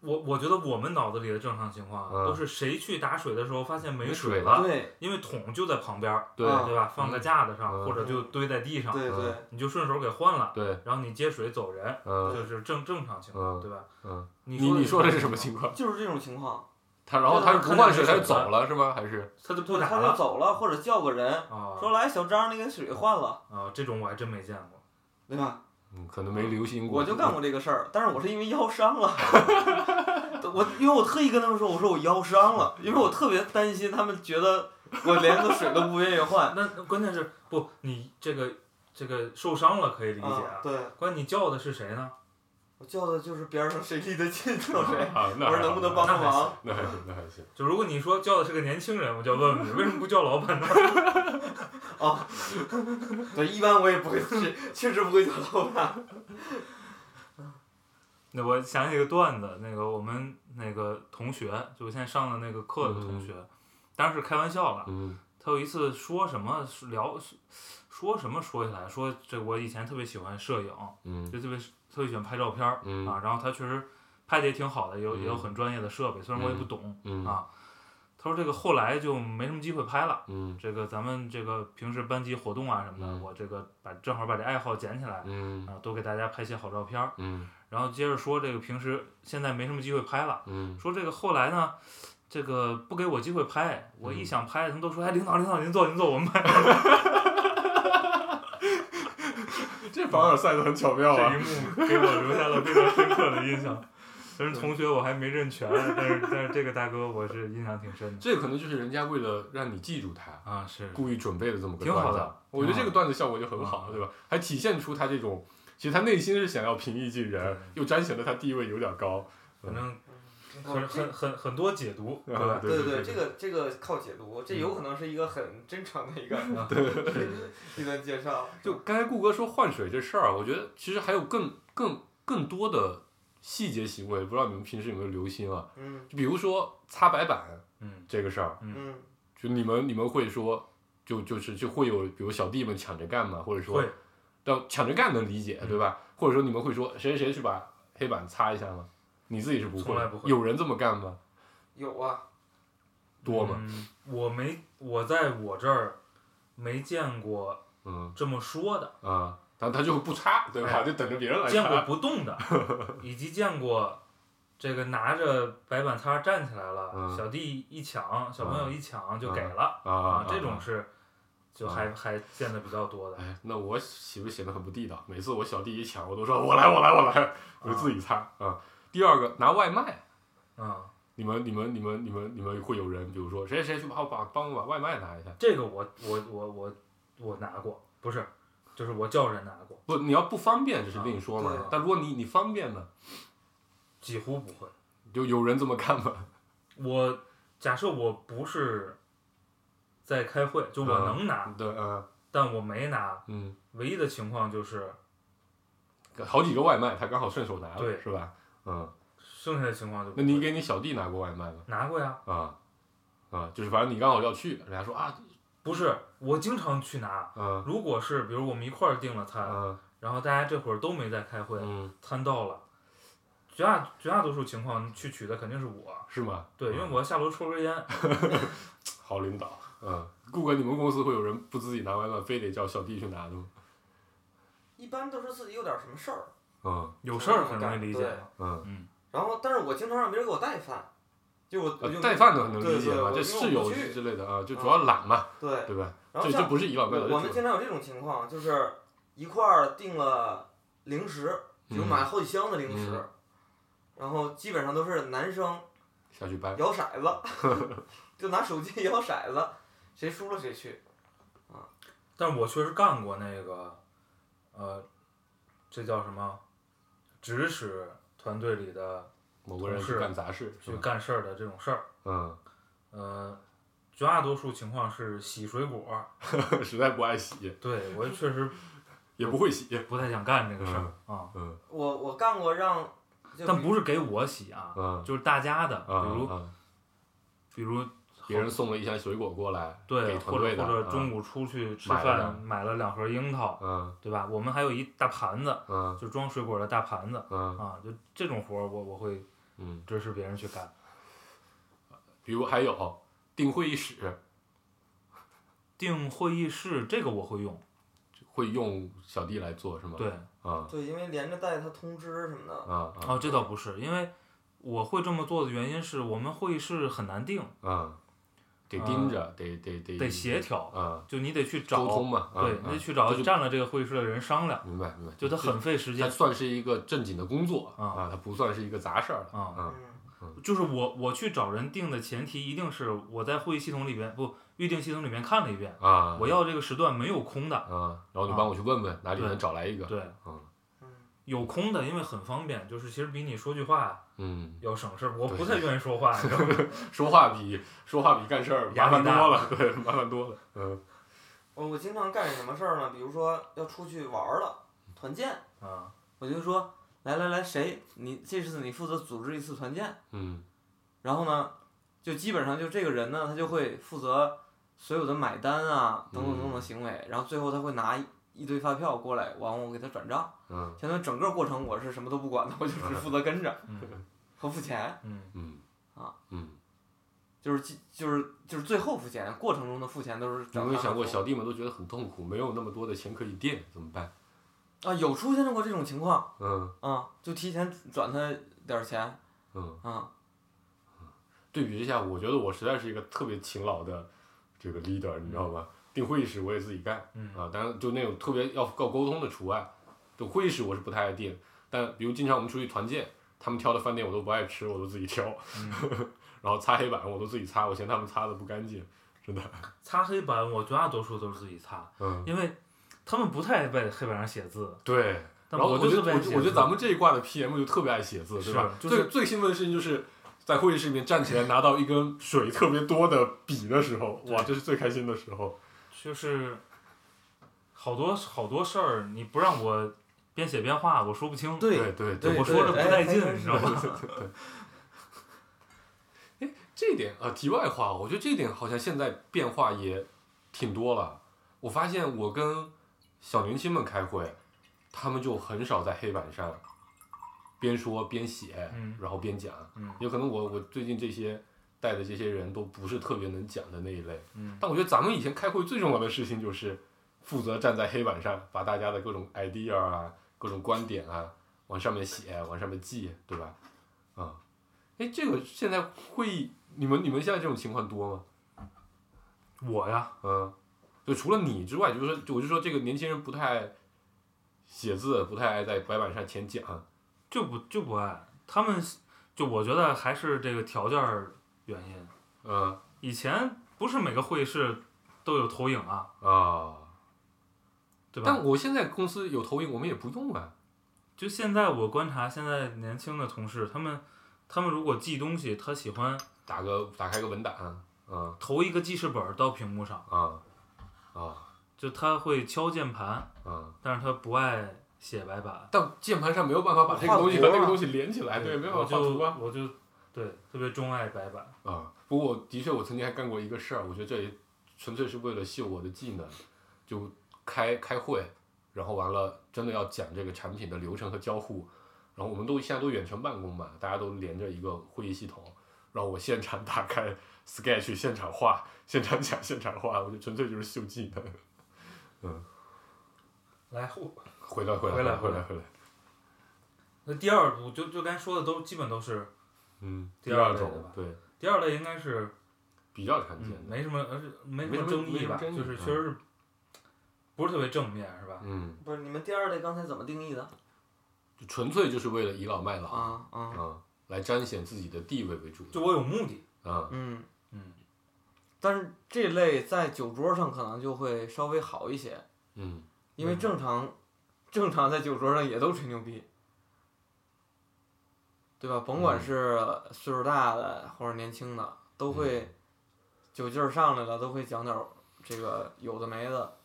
[SPEAKER 5] 我我觉得我们脑子里的正常情况啊
[SPEAKER 4] 嗯
[SPEAKER 5] 都是谁去打水的时候发现
[SPEAKER 4] 没水
[SPEAKER 5] 水了，
[SPEAKER 3] 对
[SPEAKER 5] 因为桶就在旁边儿，
[SPEAKER 4] 对
[SPEAKER 3] 啊
[SPEAKER 5] 对吧？放在架子上
[SPEAKER 4] 嗯
[SPEAKER 5] 或者就堆在地上，
[SPEAKER 3] 对
[SPEAKER 4] 嗯
[SPEAKER 3] 对，
[SPEAKER 5] 你就顺手给换了，
[SPEAKER 4] 对，
[SPEAKER 5] 然后你接水走人，
[SPEAKER 4] 嗯
[SPEAKER 5] 这是正正常情况，
[SPEAKER 4] 嗯
[SPEAKER 5] 对吧？
[SPEAKER 4] 嗯，
[SPEAKER 5] 你
[SPEAKER 4] 你你说的是什么
[SPEAKER 5] 情
[SPEAKER 4] 情况？
[SPEAKER 3] 就是这种情况。
[SPEAKER 4] 他然后
[SPEAKER 5] 对
[SPEAKER 4] 他是
[SPEAKER 5] 他
[SPEAKER 4] 不
[SPEAKER 5] 看
[SPEAKER 4] 换
[SPEAKER 5] 见
[SPEAKER 4] 水
[SPEAKER 5] 没
[SPEAKER 4] 他就
[SPEAKER 5] 水
[SPEAKER 4] 走
[SPEAKER 5] 了
[SPEAKER 4] 了是吗？还是
[SPEAKER 5] 况？他就不
[SPEAKER 3] 对，
[SPEAKER 5] 打
[SPEAKER 3] 他就
[SPEAKER 5] 了
[SPEAKER 3] 走了，或者叫个人
[SPEAKER 5] 啊
[SPEAKER 3] 说：“来，小张，那个水换了，
[SPEAKER 5] 啊！这种我还真没见过，
[SPEAKER 3] 对吧
[SPEAKER 4] 嗯，可能没留心？”过。
[SPEAKER 3] 我就
[SPEAKER 4] [LAUGHS]
[SPEAKER 3] 干过这个事儿，但是我是因为腰伤了。 [LAUGHS] 我因为我特意跟他们说，我说我腰伤了，因为我特别担心他们觉得我连个水都不愿意换。
[SPEAKER 5] 那那关键是不你这个这个受伤了可以理解
[SPEAKER 3] 啊，
[SPEAKER 5] 啊，
[SPEAKER 3] 对，
[SPEAKER 5] 关键你叫的是谁呢？
[SPEAKER 3] 我叫的就是边上谁离得近就谁，
[SPEAKER 4] 啊，
[SPEAKER 3] 我
[SPEAKER 4] 那
[SPEAKER 3] 说
[SPEAKER 4] 还
[SPEAKER 3] 能不能
[SPEAKER 4] 好
[SPEAKER 3] 帮个
[SPEAKER 5] 那还
[SPEAKER 3] 忙？
[SPEAKER 4] 那还行，那还行。
[SPEAKER 5] 就如果你说叫的是个年轻人，我就要问问你为什么不叫老板呢？ [LAUGHS]
[SPEAKER 3] 对，一般我也不会去，确实不会叫老板。
[SPEAKER 5] 那我想起一个段子，那个我们那个同学，就我现在上的那个课的同学，当然是开玩笑了，
[SPEAKER 4] 嗯
[SPEAKER 5] 他有一次说什么聊说什么说起来，说这我以前特别喜欢摄影，
[SPEAKER 4] 嗯
[SPEAKER 5] 就特别特别喜欢拍照片儿、
[SPEAKER 4] 嗯
[SPEAKER 5] 啊，然后他确实拍的也挺好的，也有、
[SPEAKER 4] 嗯
[SPEAKER 5] 也有很专业的设备，虽然我也不懂、
[SPEAKER 4] 嗯
[SPEAKER 5] 啊。他说这个后来就没什么机会拍了，
[SPEAKER 4] 嗯
[SPEAKER 5] 这个咱们这个平时班级活动啊什么的，
[SPEAKER 4] 嗯
[SPEAKER 5] 我这个把正好把这爱好捡起来，
[SPEAKER 4] 嗯
[SPEAKER 5] 啊，多给大家拍些好照片儿。
[SPEAKER 4] 嗯
[SPEAKER 5] 然后接着说这个平时现在没什么机会拍了，
[SPEAKER 4] 嗯
[SPEAKER 5] 说这个后来呢，这个不给我机会拍，我一
[SPEAKER 4] 嗯
[SPEAKER 5] 想拍，他们都说哎领导领导您坐您坐，我
[SPEAKER 4] [LAUGHS]
[SPEAKER 5] 们拍
[SPEAKER 4] 这凡尔赛的很巧妙
[SPEAKER 5] 这一
[SPEAKER 4] 啊。
[SPEAKER 5] 幕给我留下了非常深刻的印象。但是同学我还没认全，但是但是这个大哥我是印象挺
[SPEAKER 4] [LAUGHS]
[SPEAKER 5] 深的
[SPEAKER 4] 这可能就是人家为了让你记住他，
[SPEAKER 5] 啊，是
[SPEAKER 4] 故意准备的这么个
[SPEAKER 5] 挺好
[SPEAKER 4] 段
[SPEAKER 5] 的
[SPEAKER 4] 子。啊我觉得这个段子效果就很
[SPEAKER 5] 挺好
[SPEAKER 4] 好，
[SPEAKER 5] 的
[SPEAKER 4] 对吧？还体现出他这种，其实他内心是想要平易近人，又彰显得他地位有点高。
[SPEAKER 5] 反正
[SPEAKER 3] 哦
[SPEAKER 5] 很
[SPEAKER 3] 这
[SPEAKER 5] 很很很多解读，对
[SPEAKER 4] 啊
[SPEAKER 5] 吧？
[SPEAKER 4] 对
[SPEAKER 3] 对
[SPEAKER 4] 对
[SPEAKER 3] 这个这个靠解读，这有可能是一个很真诚的一个
[SPEAKER 4] 嗯
[SPEAKER 3] 一段介绍。
[SPEAKER 4] 就
[SPEAKER 5] 嗯
[SPEAKER 4] 刚才顾哥说换水这事儿啊，我觉得其实还有更更更多的细节行为，不知道你们平时有没有留心啊？
[SPEAKER 3] 嗯
[SPEAKER 4] 就比如说擦白板
[SPEAKER 5] 嗯，
[SPEAKER 4] 这个事儿，
[SPEAKER 3] 嗯
[SPEAKER 4] 就你们你们会说，就就是就会有比如小弟们抢着干嘛，或者说
[SPEAKER 5] 会，
[SPEAKER 4] 但抢着干能理解，
[SPEAKER 5] 嗯
[SPEAKER 4] 对吧？或者说你们会说谁谁谁去把黑板擦一下吗？你自己是不
[SPEAKER 5] 从
[SPEAKER 4] 会
[SPEAKER 5] 来
[SPEAKER 4] 的，
[SPEAKER 5] 不会
[SPEAKER 4] 有人这么干吗？
[SPEAKER 3] 有啊，
[SPEAKER 4] 多吗？
[SPEAKER 5] 嗯我没，我在我这儿没见过
[SPEAKER 4] 嗯
[SPEAKER 5] 这么说的，
[SPEAKER 4] 啊，他他就不擦，对吧？
[SPEAKER 5] 哎
[SPEAKER 4] 就等着别人来
[SPEAKER 5] 见过
[SPEAKER 4] 擦。
[SPEAKER 5] 不动的，以及见过这个拿着白板擦站起来了，
[SPEAKER 4] 嗯
[SPEAKER 5] 小弟一抢，小朋友一抢就给了、
[SPEAKER 4] 啊
[SPEAKER 5] 啊，，这种是就还、
[SPEAKER 4] 啊
[SPEAKER 5] 还见的比较多的。
[SPEAKER 4] 哎，那我岂不是显得很不地道？每次我小弟一抢，我都说我来，我来，我来，我就自己擦啊。第二个拿外卖，
[SPEAKER 5] 嗯，
[SPEAKER 4] 你们你们你们你们你们会有人，比如说谁谁去把我把帮我把外卖拿一下。
[SPEAKER 5] 这个我我我我我拿过，不是，就是我叫人拿过，
[SPEAKER 4] 不，你要不方便这是另说嘛。
[SPEAKER 3] 啊对
[SPEAKER 4] 但如果你你方便呢，
[SPEAKER 5] 几乎不会。
[SPEAKER 4] 就有人这么干嘛？ [LAUGHS]
[SPEAKER 5] 我假设我不是在开会，就我
[SPEAKER 4] 嗯
[SPEAKER 5] 能拿，
[SPEAKER 4] 对，嗯
[SPEAKER 5] 但我没拿。
[SPEAKER 4] 嗯，
[SPEAKER 5] 唯一的情况就是
[SPEAKER 4] 好几个外卖，他刚好顺手拿了，
[SPEAKER 5] 对
[SPEAKER 4] 是吧？嗯，
[SPEAKER 5] 剩下的情况就不
[SPEAKER 4] 那
[SPEAKER 5] 会
[SPEAKER 4] 你给你小弟拿过外卖吗？
[SPEAKER 5] 拿过呀？
[SPEAKER 4] 啊啊，就是反正你刚好要去，人家说啊，
[SPEAKER 5] 不是，我经常去拿。
[SPEAKER 4] 嗯
[SPEAKER 5] 如果是比如我们一块儿订了餐，
[SPEAKER 4] 嗯
[SPEAKER 5] 然后大家这会儿都没在开会，
[SPEAKER 4] 嗯，
[SPEAKER 5] 餐到了，绝大绝大多数情况去取的肯定是我。
[SPEAKER 4] 是吗？
[SPEAKER 5] 对，因为
[SPEAKER 4] 嗯
[SPEAKER 5] 我要下楼抽根烟，
[SPEAKER 4] 好领导，嗯，顾哥，你们公司会有人不自己拿外卖，非得叫小弟去拿的吗？
[SPEAKER 3] 一般都是自己有点什么事儿，
[SPEAKER 4] 嗯
[SPEAKER 5] [LAUGHS] 有事儿很容易理解啊
[SPEAKER 3] 对。
[SPEAKER 4] 嗯，
[SPEAKER 3] 然后但是我经常让别人给我带饭，就我我
[SPEAKER 4] 呃
[SPEAKER 3] 就
[SPEAKER 4] 带饭的能理解
[SPEAKER 3] 对对
[SPEAKER 4] 嘛，
[SPEAKER 3] 我
[SPEAKER 4] 这室友
[SPEAKER 3] 因为我不去
[SPEAKER 4] 之类的啊，就主要懒嘛，
[SPEAKER 3] 对，
[SPEAKER 4] 对吧？
[SPEAKER 3] 然后
[SPEAKER 4] 这这
[SPEAKER 3] 像
[SPEAKER 4] 不是倚老卖老，
[SPEAKER 3] 我
[SPEAKER 4] 这
[SPEAKER 3] 们
[SPEAKER 4] 主
[SPEAKER 3] 经常有这种情况，就是一块儿订了零食，比如
[SPEAKER 4] 嗯
[SPEAKER 3] 买了好几箱的零食，
[SPEAKER 4] 嗯
[SPEAKER 3] 然后基本上都是男生
[SPEAKER 4] 下去掰，
[SPEAKER 3] [LAUGHS] 摇骰子， [LAUGHS] 就拿手机摇骰子，谁输了谁去。
[SPEAKER 5] 但我确实干过那个，呃，这叫什么？指使团队里的
[SPEAKER 4] 某个人
[SPEAKER 5] 同
[SPEAKER 4] 去
[SPEAKER 5] 事
[SPEAKER 4] 干杂事，
[SPEAKER 5] 去
[SPEAKER 4] 是吧？
[SPEAKER 5] 干事儿的这种事儿，
[SPEAKER 4] 嗯，
[SPEAKER 5] 呃，绝大多数情况是洗水果。
[SPEAKER 4] [LAUGHS] 实在不爱洗，
[SPEAKER 5] 对我确实
[SPEAKER 4] 也不会洗，
[SPEAKER 5] 不太想干这个事儿啊。
[SPEAKER 4] 嗯
[SPEAKER 3] 我我干过让，就
[SPEAKER 5] 但
[SPEAKER 3] 比
[SPEAKER 5] 不是给我洗啊，
[SPEAKER 4] 嗯
[SPEAKER 5] 就是大家的，
[SPEAKER 4] 啊
[SPEAKER 5] 比如、
[SPEAKER 4] 啊，
[SPEAKER 5] 比如
[SPEAKER 4] 别人送了一箱水果过来，
[SPEAKER 5] 对，
[SPEAKER 4] 给
[SPEAKER 5] 或
[SPEAKER 4] 团
[SPEAKER 5] 者
[SPEAKER 4] 队
[SPEAKER 5] 或
[SPEAKER 4] 的，
[SPEAKER 5] 者
[SPEAKER 4] 啊
[SPEAKER 5] 中
[SPEAKER 4] 午，
[SPEAKER 5] 午出去吃
[SPEAKER 4] 买了
[SPEAKER 5] 饭
[SPEAKER 4] 两
[SPEAKER 5] 买了两盒樱桃，
[SPEAKER 4] 嗯
[SPEAKER 5] 对吧？我们还有一大盘子，
[SPEAKER 4] 嗯
[SPEAKER 5] 就装水果的大盘子
[SPEAKER 4] 嗯
[SPEAKER 5] 啊，就这种活儿我我会
[SPEAKER 4] 嗯，
[SPEAKER 5] 支持别人去干。
[SPEAKER 4] 比如还有订会议室
[SPEAKER 5] 订会议室这个我会用，
[SPEAKER 4] 会用小弟来做是吗？
[SPEAKER 5] 对，
[SPEAKER 4] 啊
[SPEAKER 3] 对，因为连着带他通知什么的，
[SPEAKER 4] 啊啊
[SPEAKER 5] 哦，这倒不是，因为我会这么做的原因是我们会议室很难定，
[SPEAKER 4] 啊，得盯着，得得得
[SPEAKER 5] 嗯得协调，
[SPEAKER 4] 啊，
[SPEAKER 5] 就你得去找
[SPEAKER 4] 沟，通嘛，啊
[SPEAKER 5] 对，
[SPEAKER 4] 啊
[SPEAKER 5] 你得去找
[SPEAKER 4] 这就
[SPEAKER 5] 占了这个会议室的人商量，
[SPEAKER 4] 明白明白，
[SPEAKER 5] 就它很费时
[SPEAKER 4] 它
[SPEAKER 5] 间
[SPEAKER 4] 算是一个正经的工作
[SPEAKER 5] 啊
[SPEAKER 4] 啊，它不算是一个杂事儿了
[SPEAKER 5] 啊。
[SPEAKER 4] 啊，
[SPEAKER 3] 嗯，
[SPEAKER 5] 就是我我去找人定的前提一定是我在会议系统里边不预定系统里面看了一遍，
[SPEAKER 4] 啊，
[SPEAKER 5] 我要这个时段没有空的，
[SPEAKER 4] 啊，然后你帮我去问问哪里
[SPEAKER 5] 对
[SPEAKER 4] 能找来一个，
[SPEAKER 5] 对，
[SPEAKER 4] 嗯
[SPEAKER 5] 有空的，因为很方便，就是其实比你说句话
[SPEAKER 4] 嗯。
[SPEAKER 5] 要省事儿。我
[SPEAKER 4] 对
[SPEAKER 5] 不太愿意说话，你知道吗？ [LAUGHS]
[SPEAKER 4] 说话比说话比干事儿麻烦多了，对，麻烦多了。嗯
[SPEAKER 3] 我我经常干什么事儿呢？比如说要出去玩儿了，团建，
[SPEAKER 5] 啊，
[SPEAKER 3] 我就说来来来，谁你这次你负责组织一次团建，
[SPEAKER 4] [LAUGHS] 嗯
[SPEAKER 3] 然后呢，就基本上就这个人呢，他就会负责所有的买单啊等等等等
[SPEAKER 4] 嗯
[SPEAKER 3] 行为，然后最后他会拿一一堆发票过来，完我给他转账，
[SPEAKER 4] 嗯
[SPEAKER 3] 相当于整个过程我是什么都不管的，我就只负责跟着
[SPEAKER 5] 嗯
[SPEAKER 3] 和付钱，
[SPEAKER 5] 嗯
[SPEAKER 4] 嗯
[SPEAKER 3] 啊
[SPEAKER 4] 嗯，
[SPEAKER 3] 就是记就是就是最后付钱，过程中的付钱都是
[SPEAKER 4] 有
[SPEAKER 3] 找
[SPEAKER 4] 没有
[SPEAKER 3] 他
[SPEAKER 4] 想过
[SPEAKER 3] 付
[SPEAKER 4] 小弟们都觉得很痛苦，没有那么多的钱可以垫，怎么办？
[SPEAKER 3] 啊有出现过这种情况
[SPEAKER 4] 嗯
[SPEAKER 3] 啊，就提前转他点儿钱
[SPEAKER 4] 嗯，
[SPEAKER 3] 啊，
[SPEAKER 4] 对比之下，我觉得我实在是一个特别勤劳的这个 leader，你知道吧？定会议室我也自己干
[SPEAKER 5] 嗯
[SPEAKER 4] 啊，当然就那种特别要要沟通的除外。就会议室我是不太爱定，但比如经常我们出去团建，他们挑的饭店我都不爱吃，我都自己挑，
[SPEAKER 5] 嗯
[SPEAKER 4] [LAUGHS] 然后擦黑板我都自己擦，我嫌他们擦的不干净，真的。
[SPEAKER 5] 擦黑板我绝大多数都是自己擦，
[SPEAKER 4] 嗯，
[SPEAKER 5] 因为他们不太爱在黑板上写字，
[SPEAKER 4] 对。
[SPEAKER 5] 但
[SPEAKER 4] 然后
[SPEAKER 5] 就
[SPEAKER 4] 觉
[SPEAKER 5] 是
[SPEAKER 4] 得，
[SPEAKER 5] 在
[SPEAKER 4] 我觉
[SPEAKER 5] 写
[SPEAKER 4] 得我觉得
[SPEAKER 5] 字
[SPEAKER 4] 咱们这一挂的 PM 就特别爱写字，对吧？
[SPEAKER 5] 是就是
[SPEAKER 4] 最最兴奋的事情就是在会议室里面站起来拿到一根水特别多的笔的时候，哇，这是最开心的时候。
[SPEAKER 5] 就是好多好多事儿，你不让我边写边画，我说不清。
[SPEAKER 4] 对对
[SPEAKER 3] 对，
[SPEAKER 5] 我说着不
[SPEAKER 3] 对
[SPEAKER 5] 带劲
[SPEAKER 3] 哎
[SPEAKER 5] 你知道吗
[SPEAKER 3] 是是
[SPEAKER 4] 这一点啊，题外话，我觉得这一点好像现在变化也挺多了。我发现我跟小年轻们开会，他们就很少在黑板上边说边写，
[SPEAKER 5] 嗯
[SPEAKER 4] 然后边讲。
[SPEAKER 5] 嗯
[SPEAKER 4] 有可能我我最近这些带的这些人都不是特别能讲的那一类。
[SPEAKER 5] 嗯
[SPEAKER 4] 但我觉得咱们以前开会最重要的事情就是负责站在黑板上，把大家的各种 idea 啊、各种观点啊往上面写、往上面记，对吧？啊、哎，这个现在会议，你们你们现在这种情况多吗？
[SPEAKER 5] 我呀，
[SPEAKER 4] 嗯，就除了你之外，就是说，我就说这个年轻人不太写字，不太爱在白板上前讲。
[SPEAKER 5] 就不就不爱他们，就我觉得还是这个条件儿原因。
[SPEAKER 4] 嗯
[SPEAKER 5] 以前不是每个会议室都有投影啊，
[SPEAKER 4] 啊，
[SPEAKER 5] 对吧？
[SPEAKER 4] 但我现在公司有投影，我们也不用啊。
[SPEAKER 5] 就现在我观察，现在年轻的同事，他们他们如果记东西，他喜欢
[SPEAKER 4] 打个打开个文档，啊
[SPEAKER 5] 投一个记事本儿到屏幕上，
[SPEAKER 4] 啊啊
[SPEAKER 5] 就他会敲键盘，
[SPEAKER 4] 啊！
[SPEAKER 5] 但是他不爱写白板。
[SPEAKER 4] 但键盘上没有办法把这个东西和那个东西连起来，对，没有办
[SPEAKER 5] 我
[SPEAKER 4] 法画
[SPEAKER 5] 啊就
[SPEAKER 4] 图啊。
[SPEAKER 5] 我就对特别钟爱白板，
[SPEAKER 4] 啊，不过我的确，我曾经还干过一个事儿，我觉得这也纯粹是为了秀我的技能，就开开会，然后完了真的要讲这个产品的流程和交互，然后我们都现在都远程办公嘛，大家都连着一个会议系统，然后我现场 [LAUGHS] 打开 Sketch，现场画，现场讲，现场画，我就纯粹就是秀技能。 [LAUGHS]
[SPEAKER 5] 来后
[SPEAKER 4] 回来，回来，
[SPEAKER 5] 回来
[SPEAKER 4] 回
[SPEAKER 5] 回
[SPEAKER 4] 来，
[SPEAKER 5] 来
[SPEAKER 4] 回来。
[SPEAKER 5] 那第二步就就刚才说的都基本都是
[SPEAKER 4] 嗯，
[SPEAKER 5] 第二类
[SPEAKER 4] 种
[SPEAKER 5] 的吧
[SPEAKER 4] 对
[SPEAKER 5] 第二类应该是
[SPEAKER 4] 比较常见
[SPEAKER 5] 嗯
[SPEAKER 4] 的，
[SPEAKER 5] 没什么而是没什
[SPEAKER 4] 没什
[SPEAKER 5] 么
[SPEAKER 4] 么
[SPEAKER 5] 争
[SPEAKER 4] 没
[SPEAKER 5] 议
[SPEAKER 4] 什么
[SPEAKER 5] 吧，
[SPEAKER 4] 争议
[SPEAKER 5] 就是
[SPEAKER 4] 嗯
[SPEAKER 5] 确实是不是特别正面是吧？
[SPEAKER 4] 嗯，
[SPEAKER 3] [LAUGHS] 不是你们第二类刚才怎么定义的
[SPEAKER 4] 就纯粹就是为了倚老卖老。
[SPEAKER 3] 啊啊
[SPEAKER 4] 啊，来彰显自己的地位为主。
[SPEAKER 5] 就我有目的，
[SPEAKER 4] 啊，
[SPEAKER 3] 嗯，
[SPEAKER 5] 嗯，
[SPEAKER 3] 但是这类在酒桌上可能就会稍微好一些，
[SPEAKER 4] 嗯，
[SPEAKER 3] 因为
[SPEAKER 5] 嗯
[SPEAKER 3] 正常正常在酒桌上也都吹牛逼，对吧？甭管
[SPEAKER 4] 嗯
[SPEAKER 3] 是岁数大的或者年轻的，都会
[SPEAKER 5] 嗯
[SPEAKER 3] 酒劲儿上来了，都会讲点儿这个有的没的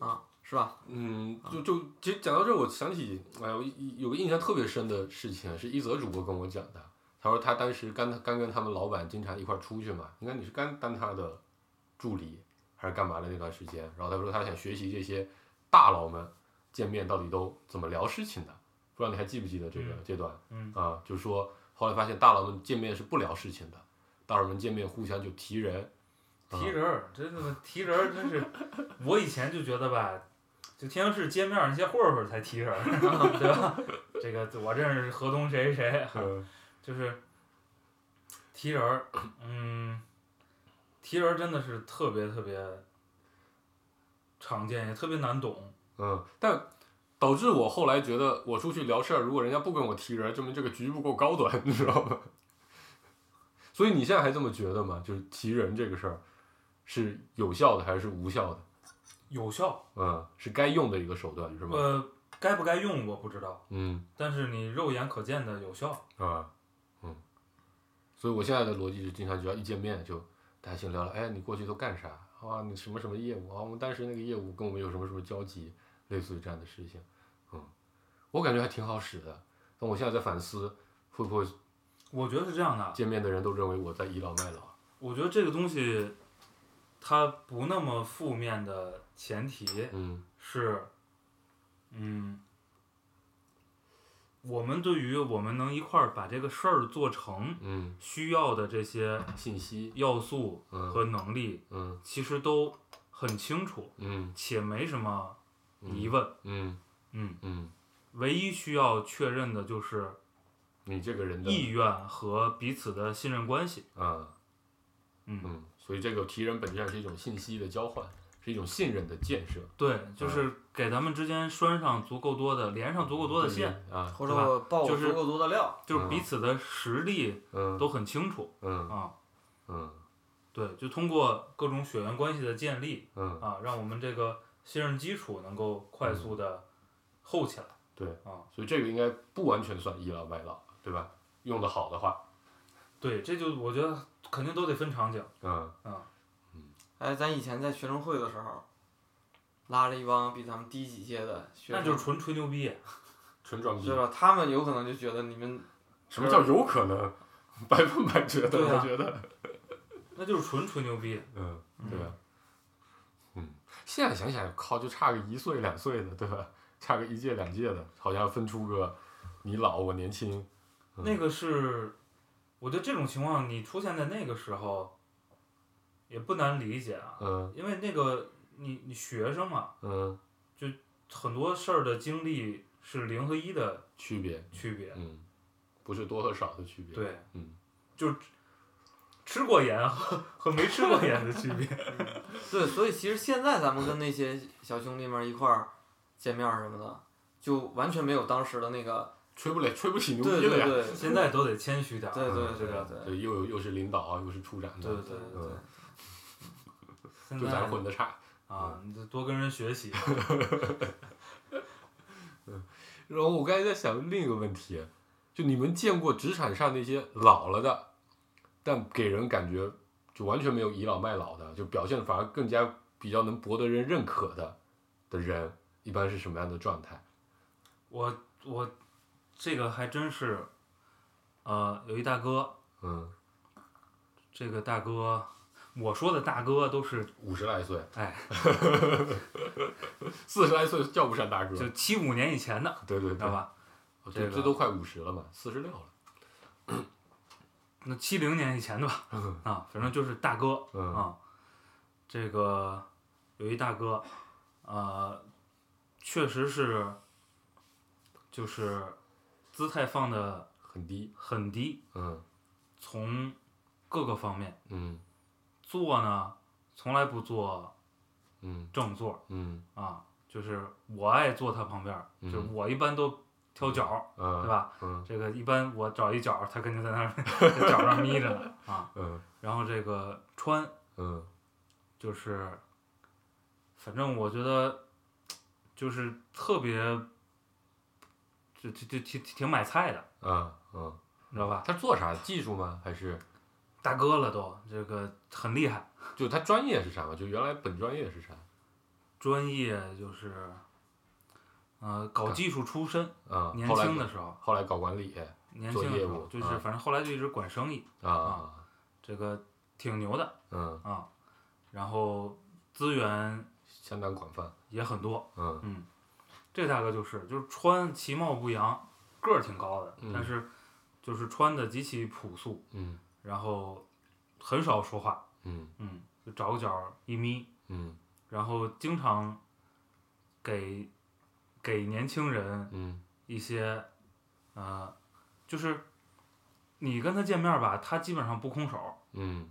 [SPEAKER 3] 啊，是吧？
[SPEAKER 4] 嗯，就就其实讲到这儿，我想起，哎呀，我一有个印象特别深的事情，是一泽主播跟我讲的。他说他当时刚刚跟他们老板经常一块儿出去嘛，应该你是刚当他的助理还是干嘛的那段时间，然后他说他想学习这些大佬们见面到底都怎么聊事情的，不知道你还记不记得这个
[SPEAKER 5] 嗯
[SPEAKER 4] 阶段？
[SPEAKER 5] 嗯
[SPEAKER 4] 啊，就是说后来发现大佬们见面是不聊事情的，大佬们见面互相就提人，啊
[SPEAKER 5] 提人儿，真的提人儿，真是我以前就觉得吧，就天津市街面儿那些混混儿才提人儿， [LAUGHS] 对吧？这个我认识河东谁谁谁，
[SPEAKER 4] 嗯
[SPEAKER 5] 就是提人儿，嗯，提人儿真的是特别特别常见，也特别难懂。
[SPEAKER 4] 嗯，但导致我后来觉得，我出去聊事儿，如果人家不跟我提人，证明这个局不够高端，你知道吗？ [LAUGHS] 所以你现在还这么觉得吗？就是提人这个事儿是有效的还是无效的？
[SPEAKER 5] 有效，
[SPEAKER 4] 嗯，是该用的一个手段是吗？
[SPEAKER 5] 呃，该不该用我不知道，
[SPEAKER 4] 嗯
[SPEAKER 5] 但是你肉眼可见的有效。
[SPEAKER 4] 啊嗯，所以我现在的逻辑是，经常只要一见面就大家先聊聊，哎，你过去都干啥啊？你什么什么业务啊？我们当时那个业务跟我们有什么什么交集，类似于这样的事情。嗯，我感觉还挺好使的，但我现在在反思，会不会
[SPEAKER 5] 我觉得是这样的，
[SPEAKER 4] 见面的人都认为我在倚老卖老。
[SPEAKER 5] 我觉得这个东西，它不那么负面的前提
[SPEAKER 4] 嗯
[SPEAKER 5] 是，嗯，我们对于我们能一块儿把这个事儿做成
[SPEAKER 4] 嗯，
[SPEAKER 5] 需要的这些
[SPEAKER 4] 信息，
[SPEAKER 5] 要素
[SPEAKER 4] 嗯
[SPEAKER 5] 和能力，
[SPEAKER 4] 嗯
[SPEAKER 5] 其实都很清楚，
[SPEAKER 4] 嗯
[SPEAKER 5] 且没什么疑
[SPEAKER 4] 嗯
[SPEAKER 5] 问。
[SPEAKER 4] 嗯
[SPEAKER 5] 嗯，
[SPEAKER 4] 嗯，
[SPEAKER 5] 唯一需要确认的就是
[SPEAKER 4] 你这个人的
[SPEAKER 5] 意愿和彼此的信任关系。
[SPEAKER 4] 啊，
[SPEAKER 5] 嗯，
[SPEAKER 4] 嗯，所以这个提人本质上是一种信息的交换，是一种信任的建设，
[SPEAKER 5] 对，就是给咱们之间拴上足够多的、连上足够多的线，
[SPEAKER 4] 啊，
[SPEAKER 3] 或
[SPEAKER 5] 对吧
[SPEAKER 3] 者我爆
[SPEAKER 5] 就是
[SPEAKER 3] 足够多的料，
[SPEAKER 5] 就是彼此的实力
[SPEAKER 4] 嗯
[SPEAKER 5] 都很清楚
[SPEAKER 4] 嗯
[SPEAKER 5] 啊。
[SPEAKER 4] 嗯
[SPEAKER 5] 对，就通过各种血缘关系的建立
[SPEAKER 4] 嗯，
[SPEAKER 5] 啊，让我们这个信任基础能够快速的厚起来。
[SPEAKER 4] 对
[SPEAKER 5] 啊，
[SPEAKER 4] 所以这个应该不完全算倚老卖老，对吧？用的好的话，
[SPEAKER 5] 对，这就我觉得肯定都得分场景。
[SPEAKER 4] 嗯
[SPEAKER 3] 哎，咱以前在学生会的时候，拉了一帮比咱们低几届的学
[SPEAKER 5] 那
[SPEAKER 3] 生，
[SPEAKER 5] 就是纯吹牛逼，
[SPEAKER 4] 纯装逼
[SPEAKER 3] 是。啊吧？他们有可能就觉得你们
[SPEAKER 4] 什么叫有可能？ [LAUGHS] 百分百觉得，
[SPEAKER 5] 对啊
[SPEAKER 4] 我觉得，
[SPEAKER 5] 那就是纯吹牛逼。
[SPEAKER 4] 嗯，对吧？嗯，现在想想，靠，就差个一岁两岁的，对吧？ [LAUGHS] 差个一届两届的，好像分出个你老我年轻，嗯
[SPEAKER 5] 那个是，我觉得这种情况你出现在那个时候，也不难理解啊，
[SPEAKER 4] 嗯
[SPEAKER 5] 因为那个你你学生嘛，
[SPEAKER 4] 嗯，
[SPEAKER 5] 很多事儿的经历是零和一的
[SPEAKER 4] 区别，
[SPEAKER 5] 区别，
[SPEAKER 4] 嗯，不是多和少的区别，，
[SPEAKER 5] 对，
[SPEAKER 4] 嗯，
[SPEAKER 5] 就是吃过盐和和没吃过盐的区别，
[SPEAKER 4] [LAUGHS]
[SPEAKER 3] 对，所以其实现在咱们跟那些小兄弟们儿一块儿见面儿什么的，就完全没有当时的那个，
[SPEAKER 4] 吹不了，吹不起牛
[SPEAKER 3] 对
[SPEAKER 4] 逼
[SPEAKER 3] 对
[SPEAKER 4] 了呀，
[SPEAKER 3] 对，
[SPEAKER 5] 现在都得谦虚点儿，啊
[SPEAKER 3] 对对
[SPEAKER 5] 嗯这
[SPEAKER 3] 对
[SPEAKER 5] 个
[SPEAKER 3] 对
[SPEAKER 4] 对，又有又是领导啊，又是处长的，
[SPEAKER 5] 对对
[SPEAKER 3] 对
[SPEAKER 5] 对
[SPEAKER 3] 对
[SPEAKER 4] 嗯，
[SPEAKER 5] 现
[SPEAKER 4] 就
[SPEAKER 5] 在
[SPEAKER 4] 咱混的差。
[SPEAKER 5] 啊，你得多跟人学
[SPEAKER 4] [LAUGHS]
[SPEAKER 5] 习，
[SPEAKER 4] 然后我刚才在想另一个问题，就你们见过职场上那些老了的，但给人感觉就完全没有倚老卖老的，就表现反而更加比较能博得人认可的的人，一般是什么样的状态？
[SPEAKER 5] 我我这个还真是，呃，有一大哥，
[SPEAKER 4] 嗯，
[SPEAKER 5] 这个大哥，我说的大哥都是
[SPEAKER 4] 五十来岁，
[SPEAKER 5] 哎，
[SPEAKER 4] 四十来岁叫不上大哥，
[SPEAKER 5] 就七五年以前的，
[SPEAKER 4] 对对
[SPEAKER 5] 知道
[SPEAKER 4] 对，
[SPEAKER 5] 吧？这
[SPEAKER 4] 这
[SPEAKER 5] 个
[SPEAKER 4] 这都快五十了嘛，四十六了，
[SPEAKER 5] 那七零年以前的吧，啊，反正就是大哥
[SPEAKER 4] 嗯
[SPEAKER 5] 啊。这个有一大哥，呃，确实是，就是姿态放的
[SPEAKER 4] 很低，
[SPEAKER 5] 很低，
[SPEAKER 4] 嗯
[SPEAKER 5] 从各个方面
[SPEAKER 4] 嗯
[SPEAKER 5] 坐呢，从来不坐
[SPEAKER 4] 嗯
[SPEAKER 5] 正座
[SPEAKER 4] 嗯
[SPEAKER 5] 啊，就是我爱坐他旁边儿，
[SPEAKER 4] 嗯
[SPEAKER 5] 就是我一般都挑角儿，
[SPEAKER 4] 啊，
[SPEAKER 5] 对吧？
[SPEAKER 4] 嗯
[SPEAKER 5] 这个一般我找一角儿，他肯定在那儿在角儿上眯着呢啊。
[SPEAKER 4] 嗯
[SPEAKER 5] 然后这个穿
[SPEAKER 4] 嗯
[SPEAKER 5] 就是，反正我觉得就是特别，就就就挺挺买菜的，
[SPEAKER 4] 啊嗯，
[SPEAKER 5] 你知道吧？
[SPEAKER 4] 他做啥技术吗？还是？
[SPEAKER 5] 大哥了都，这个很厉害，
[SPEAKER 4] 就他专业是啥嘛？就原来本专业是啥？
[SPEAKER 5] 专业就是，呃，搞技术出身，
[SPEAKER 4] 啊、
[SPEAKER 5] 年
[SPEAKER 4] 后来
[SPEAKER 5] 轻的时候，
[SPEAKER 4] 后来搞管理
[SPEAKER 5] 年轻的时
[SPEAKER 4] 做业
[SPEAKER 5] 候
[SPEAKER 4] 务
[SPEAKER 5] 就是
[SPEAKER 4] 啊
[SPEAKER 5] 反正后来就一直管生意，
[SPEAKER 4] 啊，
[SPEAKER 5] 这个挺牛的
[SPEAKER 4] 嗯，
[SPEAKER 5] 啊。然后资源
[SPEAKER 4] 相当广泛，
[SPEAKER 5] 也很多，
[SPEAKER 4] 嗯
[SPEAKER 5] 这大哥就是就是穿其貌不扬，个儿挺高的，
[SPEAKER 4] 嗯
[SPEAKER 5] 但是就是穿的极其朴素，
[SPEAKER 4] 嗯
[SPEAKER 5] 然后很少说话，
[SPEAKER 4] 嗯
[SPEAKER 5] 嗯，就找个角儿一眯，
[SPEAKER 4] 嗯
[SPEAKER 5] 然后经常给给年轻人
[SPEAKER 4] 嗯
[SPEAKER 5] 一些呃，就是你跟他见面吧，他基本上不空手，
[SPEAKER 4] 嗯，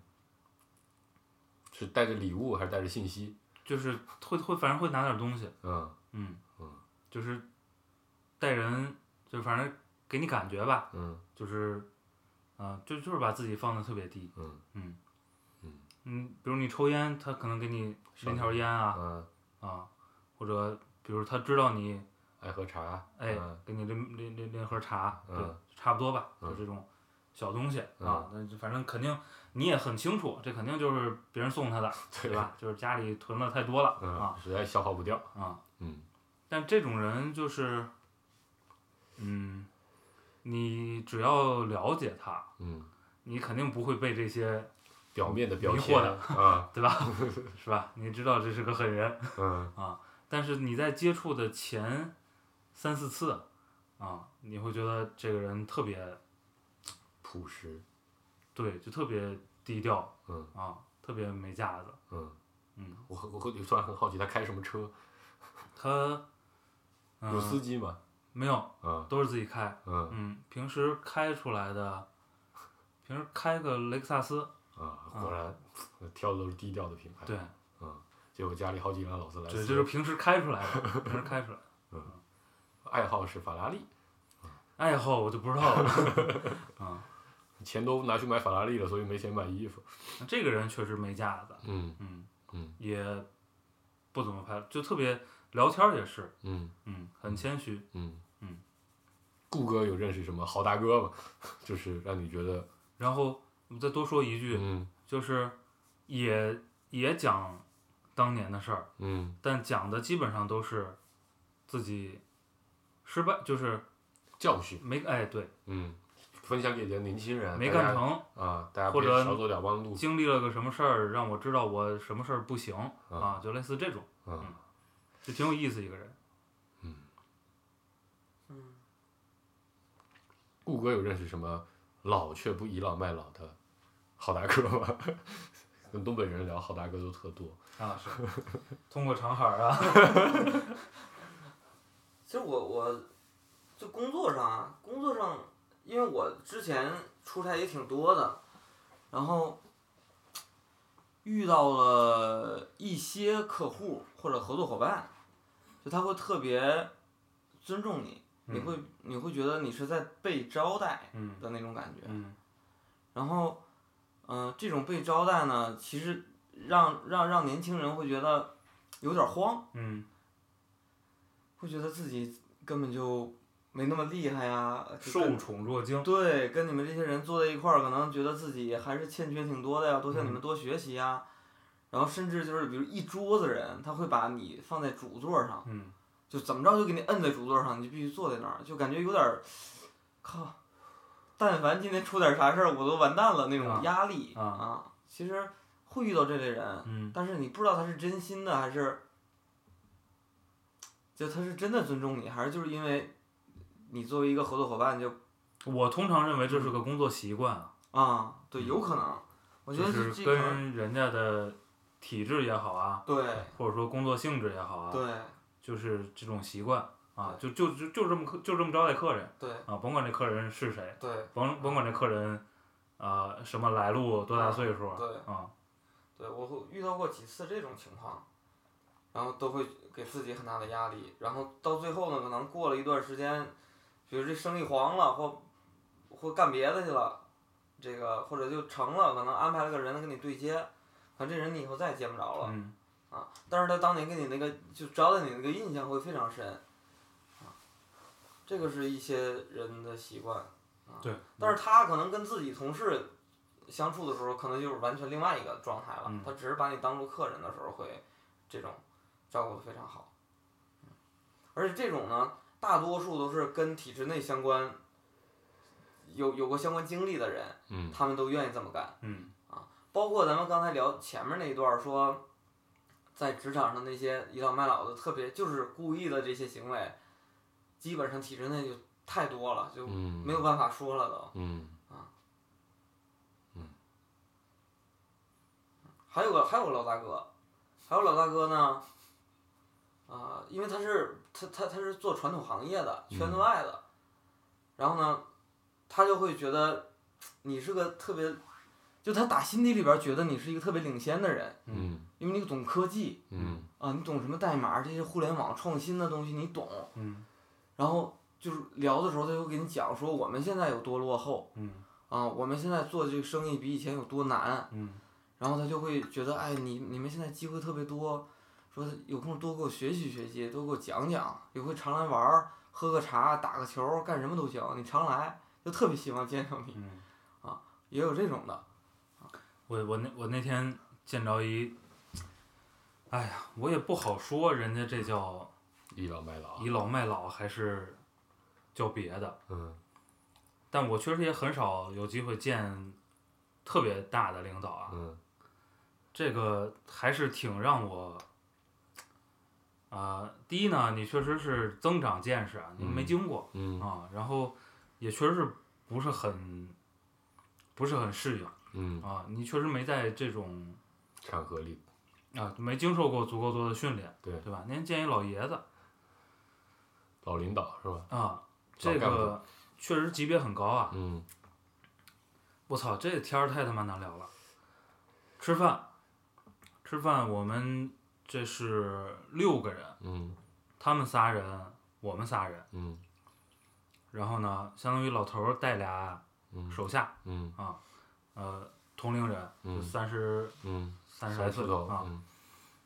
[SPEAKER 4] 是带着礼物还是带着信息？
[SPEAKER 5] 就是会会反正会拿点东西，
[SPEAKER 4] 嗯
[SPEAKER 5] 嗯
[SPEAKER 4] 嗯，
[SPEAKER 5] 就是带人就反正给你感觉吧，
[SPEAKER 4] 嗯
[SPEAKER 5] 就是，啊、就就是把自己放的特别低。
[SPEAKER 4] 嗯
[SPEAKER 5] 嗯
[SPEAKER 4] 嗯
[SPEAKER 5] 嗯，比如你抽烟，他可能给你拎条烟啊
[SPEAKER 4] 啊，
[SPEAKER 5] 啊，或者比如他知道你，
[SPEAKER 4] 爱喝茶，
[SPEAKER 5] 哎，
[SPEAKER 4] 嗯
[SPEAKER 5] 给你拎拎拎拎盒茶，对，
[SPEAKER 4] 嗯
[SPEAKER 5] 差不多吧，
[SPEAKER 4] 嗯
[SPEAKER 5] 就这种小东西、啊。那就反正肯定你也很清楚，这肯定就是别人送他
[SPEAKER 4] [LAUGHS]
[SPEAKER 5] 的，对
[SPEAKER 4] 对
[SPEAKER 5] 吧？就是家里囤了太多了、
[SPEAKER 4] 嗯
[SPEAKER 5] 啊，
[SPEAKER 4] 实在消耗不掉，
[SPEAKER 5] 啊。
[SPEAKER 4] 嗯
[SPEAKER 5] 但这种人就是，嗯，你只要了解他，
[SPEAKER 4] 嗯
[SPEAKER 5] 你肯定不会被这些
[SPEAKER 4] 表面的标
[SPEAKER 5] 迷
[SPEAKER 4] 签
[SPEAKER 5] 惑的
[SPEAKER 4] 啊，
[SPEAKER 5] 对吧？ [LAUGHS] 是吧？你知道这是个狠人，
[SPEAKER 4] 嗯
[SPEAKER 5] 但是你在接触的前三四次啊，你会觉得这个人特别
[SPEAKER 4] 朴实，
[SPEAKER 5] 对，就特别低调，
[SPEAKER 4] 嗯
[SPEAKER 5] 啊，特别没架子。
[SPEAKER 4] 嗯
[SPEAKER 5] 嗯，
[SPEAKER 4] 我我我突然很好奇，他开什么车？
[SPEAKER 5] 他、嗯
[SPEAKER 4] 有司机吗？
[SPEAKER 5] 没有，
[SPEAKER 4] 嗯
[SPEAKER 5] 都是自己开。
[SPEAKER 4] 嗯
[SPEAKER 5] 嗯，平时开出来的，平时开个雷克萨斯，
[SPEAKER 4] 啊，果然
[SPEAKER 5] 嗯
[SPEAKER 4] 挑的都是低调的品牌。
[SPEAKER 5] 对，
[SPEAKER 4] 结果家里好几辆劳斯莱
[SPEAKER 5] 对，
[SPEAKER 4] 斯，
[SPEAKER 5] 就是平时开出来的，平时开出来的。
[SPEAKER 4] 爱好是法拉利，
[SPEAKER 5] 爱好哎我就不知道了。 [LAUGHS]
[SPEAKER 4] 钱都拿去买法拉利了，所以没钱买衣服。
[SPEAKER 5] 这个人确实没架子，
[SPEAKER 4] 嗯
[SPEAKER 5] 嗯
[SPEAKER 4] 嗯
[SPEAKER 5] 也不怎么拍，就特别聊天儿也是，
[SPEAKER 4] 嗯
[SPEAKER 5] 嗯，很谦虚。
[SPEAKER 4] 嗯
[SPEAKER 5] 嗯。
[SPEAKER 4] 顾哥有认识什么好大哥吗？ [LAUGHS] 就是让你觉得，
[SPEAKER 5] 然后我再多说一句，
[SPEAKER 4] 嗯
[SPEAKER 5] 就是也也讲当年的事儿，
[SPEAKER 4] 嗯，
[SPEAKER 5] 但讲的基本上都是自己失败，就是
[SPEAKER 4] 教训，
[SPEAKER 5] 没哎对，
[SPEAKER 4] 嗯，分享给年轻人，
[SPEAKER 5] 没
[SPEAKER 4] 大
[SPEAKER 5] 干
[SPEAKER 4] 家
[SPEAKER 5] 成，
[SPEAKER 4] 啊，大家
[SPEAKER 5] 或
[SPEAKER 4] 别
[SPEAKER 5] 者
[SPEAKER 4] 少走点弯路
[SPEAKER 5] 经历了个什么事儿，让我知道我什么事儿不行啊，就类似这种，嗯
[SPEAKER 4] 啊。
[SPEAKER 5] 就挺有意思一个 [LAUGHS] 人。
[SPEAKER 4] 顾哥有认识什么老却不倚老卖老的好大哥吗？ [LAUGHS] 跟东北人聊好大哥都特多。
[SPEAKER 5] 啊，是通过长海儿 [LAUGHS] 啊，
[SPEAKER 3] 其实我我就工作上啊，工作上，因为我之前出差也挺多的，然后遇到了一些客户或者合作伙伴，就他会特别尊重你，你会你会觉得你是在被招待
[SPEAKER 5] 嗯
[SPEAKER 3] 的那种感觉。
[SPEAKER 5] 嗯
[SPEAKER 3] 然后，嗯、这种被招待呢，其实让让让年轻人会觉得有点慌。
[SPEAKER 5] 嗯
[SPEAKER 3] 会觉得自己根本就没那么厉害呀，就
[SPEAKER 5] 受
[SPEAKER 3] 跟
[SPEAKER 5] 宠若惊，
[SPEAKER 3] 对，跟你们这些人坐在一块儿，可能觉得自己还是欠缺挺多的呀，多向你们多学习呀。然后甚至就是，比如一桌子人，他会把你放在主座上，
[SPEAKER 5] 嗯，
[SPEAKER 3] 就怎么着就给你摁在主座上，你就必须坐在那儿，就感觉有点儿，靠，但凡今天出点啥事儿，我都完蛋了那
[SPEAKER 5] 啊
[SPEAKER 3] 种压力
[SPEAKER 5] 啊
[SPEAKER 3] 其实会遇到这类人，
[SPEAKER 5] 嗯
[SPEAKER 3] 但是你不知道他是真心的还是，就他是真的尊重你，还是就是因为你作为一个合作伙伴就
[SPEAKER 5] 我通常认为这是个工作习惯啊，
[SPEAKER 3] 啊，对，有可能，我觉
[SPEAKER 5] 嗯就
[SPEAKER 3] 得
[SPEAKER 5] 是
[SPEAKER 3] 这这可能
[SPEAKER 5] 跟人家的体质也好啊，
[SPEAKER 3] 对
[SPEAKER 5] 或者说工作性质也好啊，
[SPEAKER 3] 对
[SPEAKER 5] 就是这种习惯啊，就
[SPEAKER 3] 对
[SPEAKER 5] 就就就这么客就这么招待客人
[SPEAKER 3] 对
[SPEAKER 5] 啊，甭管这客人是谁，
[SPEAKER 3] 对
[SPEAKER 5] 甭甭管这客人啊、呃什么来路多大岁数
[SPEAKER 3] 对
[SPEAKER 5] 啊，
[SPEAKER 3] 对，我会遇到过几次这种情况，然后都会给自己很大的压力，然后到最后呢，可能过了一段时间，比如这生意黄了，或或干别的去了，这个或者就成了，可能安排了个人跟你对接，可能这人你以后再也见不着了。
[SPEAKER 5] 嗯
[SPEAKER 3] 啊，但是他当年给你那个就招待你那个印象会非常深，啊，这个是一些人的习惯，啊，
[SPEAKER 5] 对
[SPEAKER 3] 但
[SPEAKER 4] 嗯
[SPEAKER 3] 是他可能跟自己同事相处的时候，可能就是完全另外一个状态了，
[SPEAKER 5] 嗯
[SPEAKER 3] 他只是把你当做客人的时候会这种照顾的非常好，嗯而且这种呢，大多数都是跟体制内相关。有有过相关经历的人，
[SPEAKER 4] 嗯
[SPEAKER 3] 他们都愿意这么干，
[SPEAKER 5] 嗯
[SPEAKER 3] 包括咱们刚才聊前面那一段儿说，在职场上那些倚老卖老的，特别就是故意的这些行为，基本上体制内就太多了，就
[SPEAKER 4] 嗯，
[SPEAKER 3] 没有办法说了都。
[SPEAKER 4] 嗯
[SPEAKER 3] 还有个还有个老大哥，还有老大哥呢，啊、因为他是他他他是做传统行业的，圈子外的，然后呢，他就会觉得你是个特别，就他打心底里边儿觉得你是一个特别领先的人，
[SPEAKER 4] 嗯
[SPEAKER 3] 因为你懂科技，
[SPEAKER 4] 嗯
[SPEAKER 3] 啊，你懂什么代码这些互联网创新的东西，你懂。
[SPEAKER 5] 嗯
[SPEAKER 3] 然后就是聊的时候，他就会给你讲说我们现在有多落后
[SPEAKER 5] 嗯
[SPEAKER 3] 啊，我们现在做这个生意比以前有多难。
[SPEAKER 5] 嗯
[SPEAKER 3] 然后他就会觉得，哎，你你们现在机会特别多，说有空多给我学习学习，多给我讲讲，有空常来玩儿，喝个茶，打个球，干什么都行，你常来，就特别希望见上你。
[SPEAKER 5] 嗯，
[SPEAKER 3] 也有这种的，
[SPEAKER 5] 我我那我那天见着一，哎呀，我也不好说人家这叫
[SPEAKER 4] 嗯倚老卖老
[SPEAKER 5] 倚，老卖老还是叫别的，
[SPEAKER 4] 嗯
[SPEAKER 5] 但我确实也很少有机会见特别大的领导啊，
[SPEAKER 4] 嗯
[SPEAKER 5] 这个还是挺让我，啊、第一呢，你确实是增长见识啊，你没
[SPEAKER 4] 嗯
[SPEAKER 5] 经过、
[SPEAKER 4] 嗯
[SPEAKER 5] 啊，然后也确实是不是很，不是很适应
[SPEAKER 4] 嗯，
[SPEAKER 5] 啊，你确实没在这种
[SPEAKER 4] 场合里，
[SPEAKER 5] 啊没经受过足够多的训练，
[SPEAKER 4] 对
[SPEAKER 5] 对吧？您见一老爷子
[SPEAKER 4] 老领导是吧？
[SPEAKER 5] 啊，
[SPEAKER 4] 老
[SPEAKER 5] 这
[SPEAKER 4] 干部
[SPEAKER 5] 个确实级别很高啊，
[SPEAKER 4] 嗯
[SPEAKER 5] 我操，这天儿太他妈难聊了。吃饭，吃饭，我们这是六个人，
[SPEAKER 4] 嗯
[SPEAKER 5] 他们仨人，我们仨人。
[SPEAKER 4] 嗯
[SPEAKER 5] 然后呢，相当于老头儿带俩
[SPEAKER 4] 嗯
[SPEAKER 5] 手下，
[SPEAKER 4] 嗯
[SPEAKER 5] 呃，同龄人，就
[SPEAKER 4] 嗯
[SPEAKER 5] 三十
[SPEAKER 4] 嗯，
[SPEAKER 5] 三十来岁
[SPEAKER 4] 出头，
[SPEAKER 5] 啊。
[SPEAKER 4] 嗯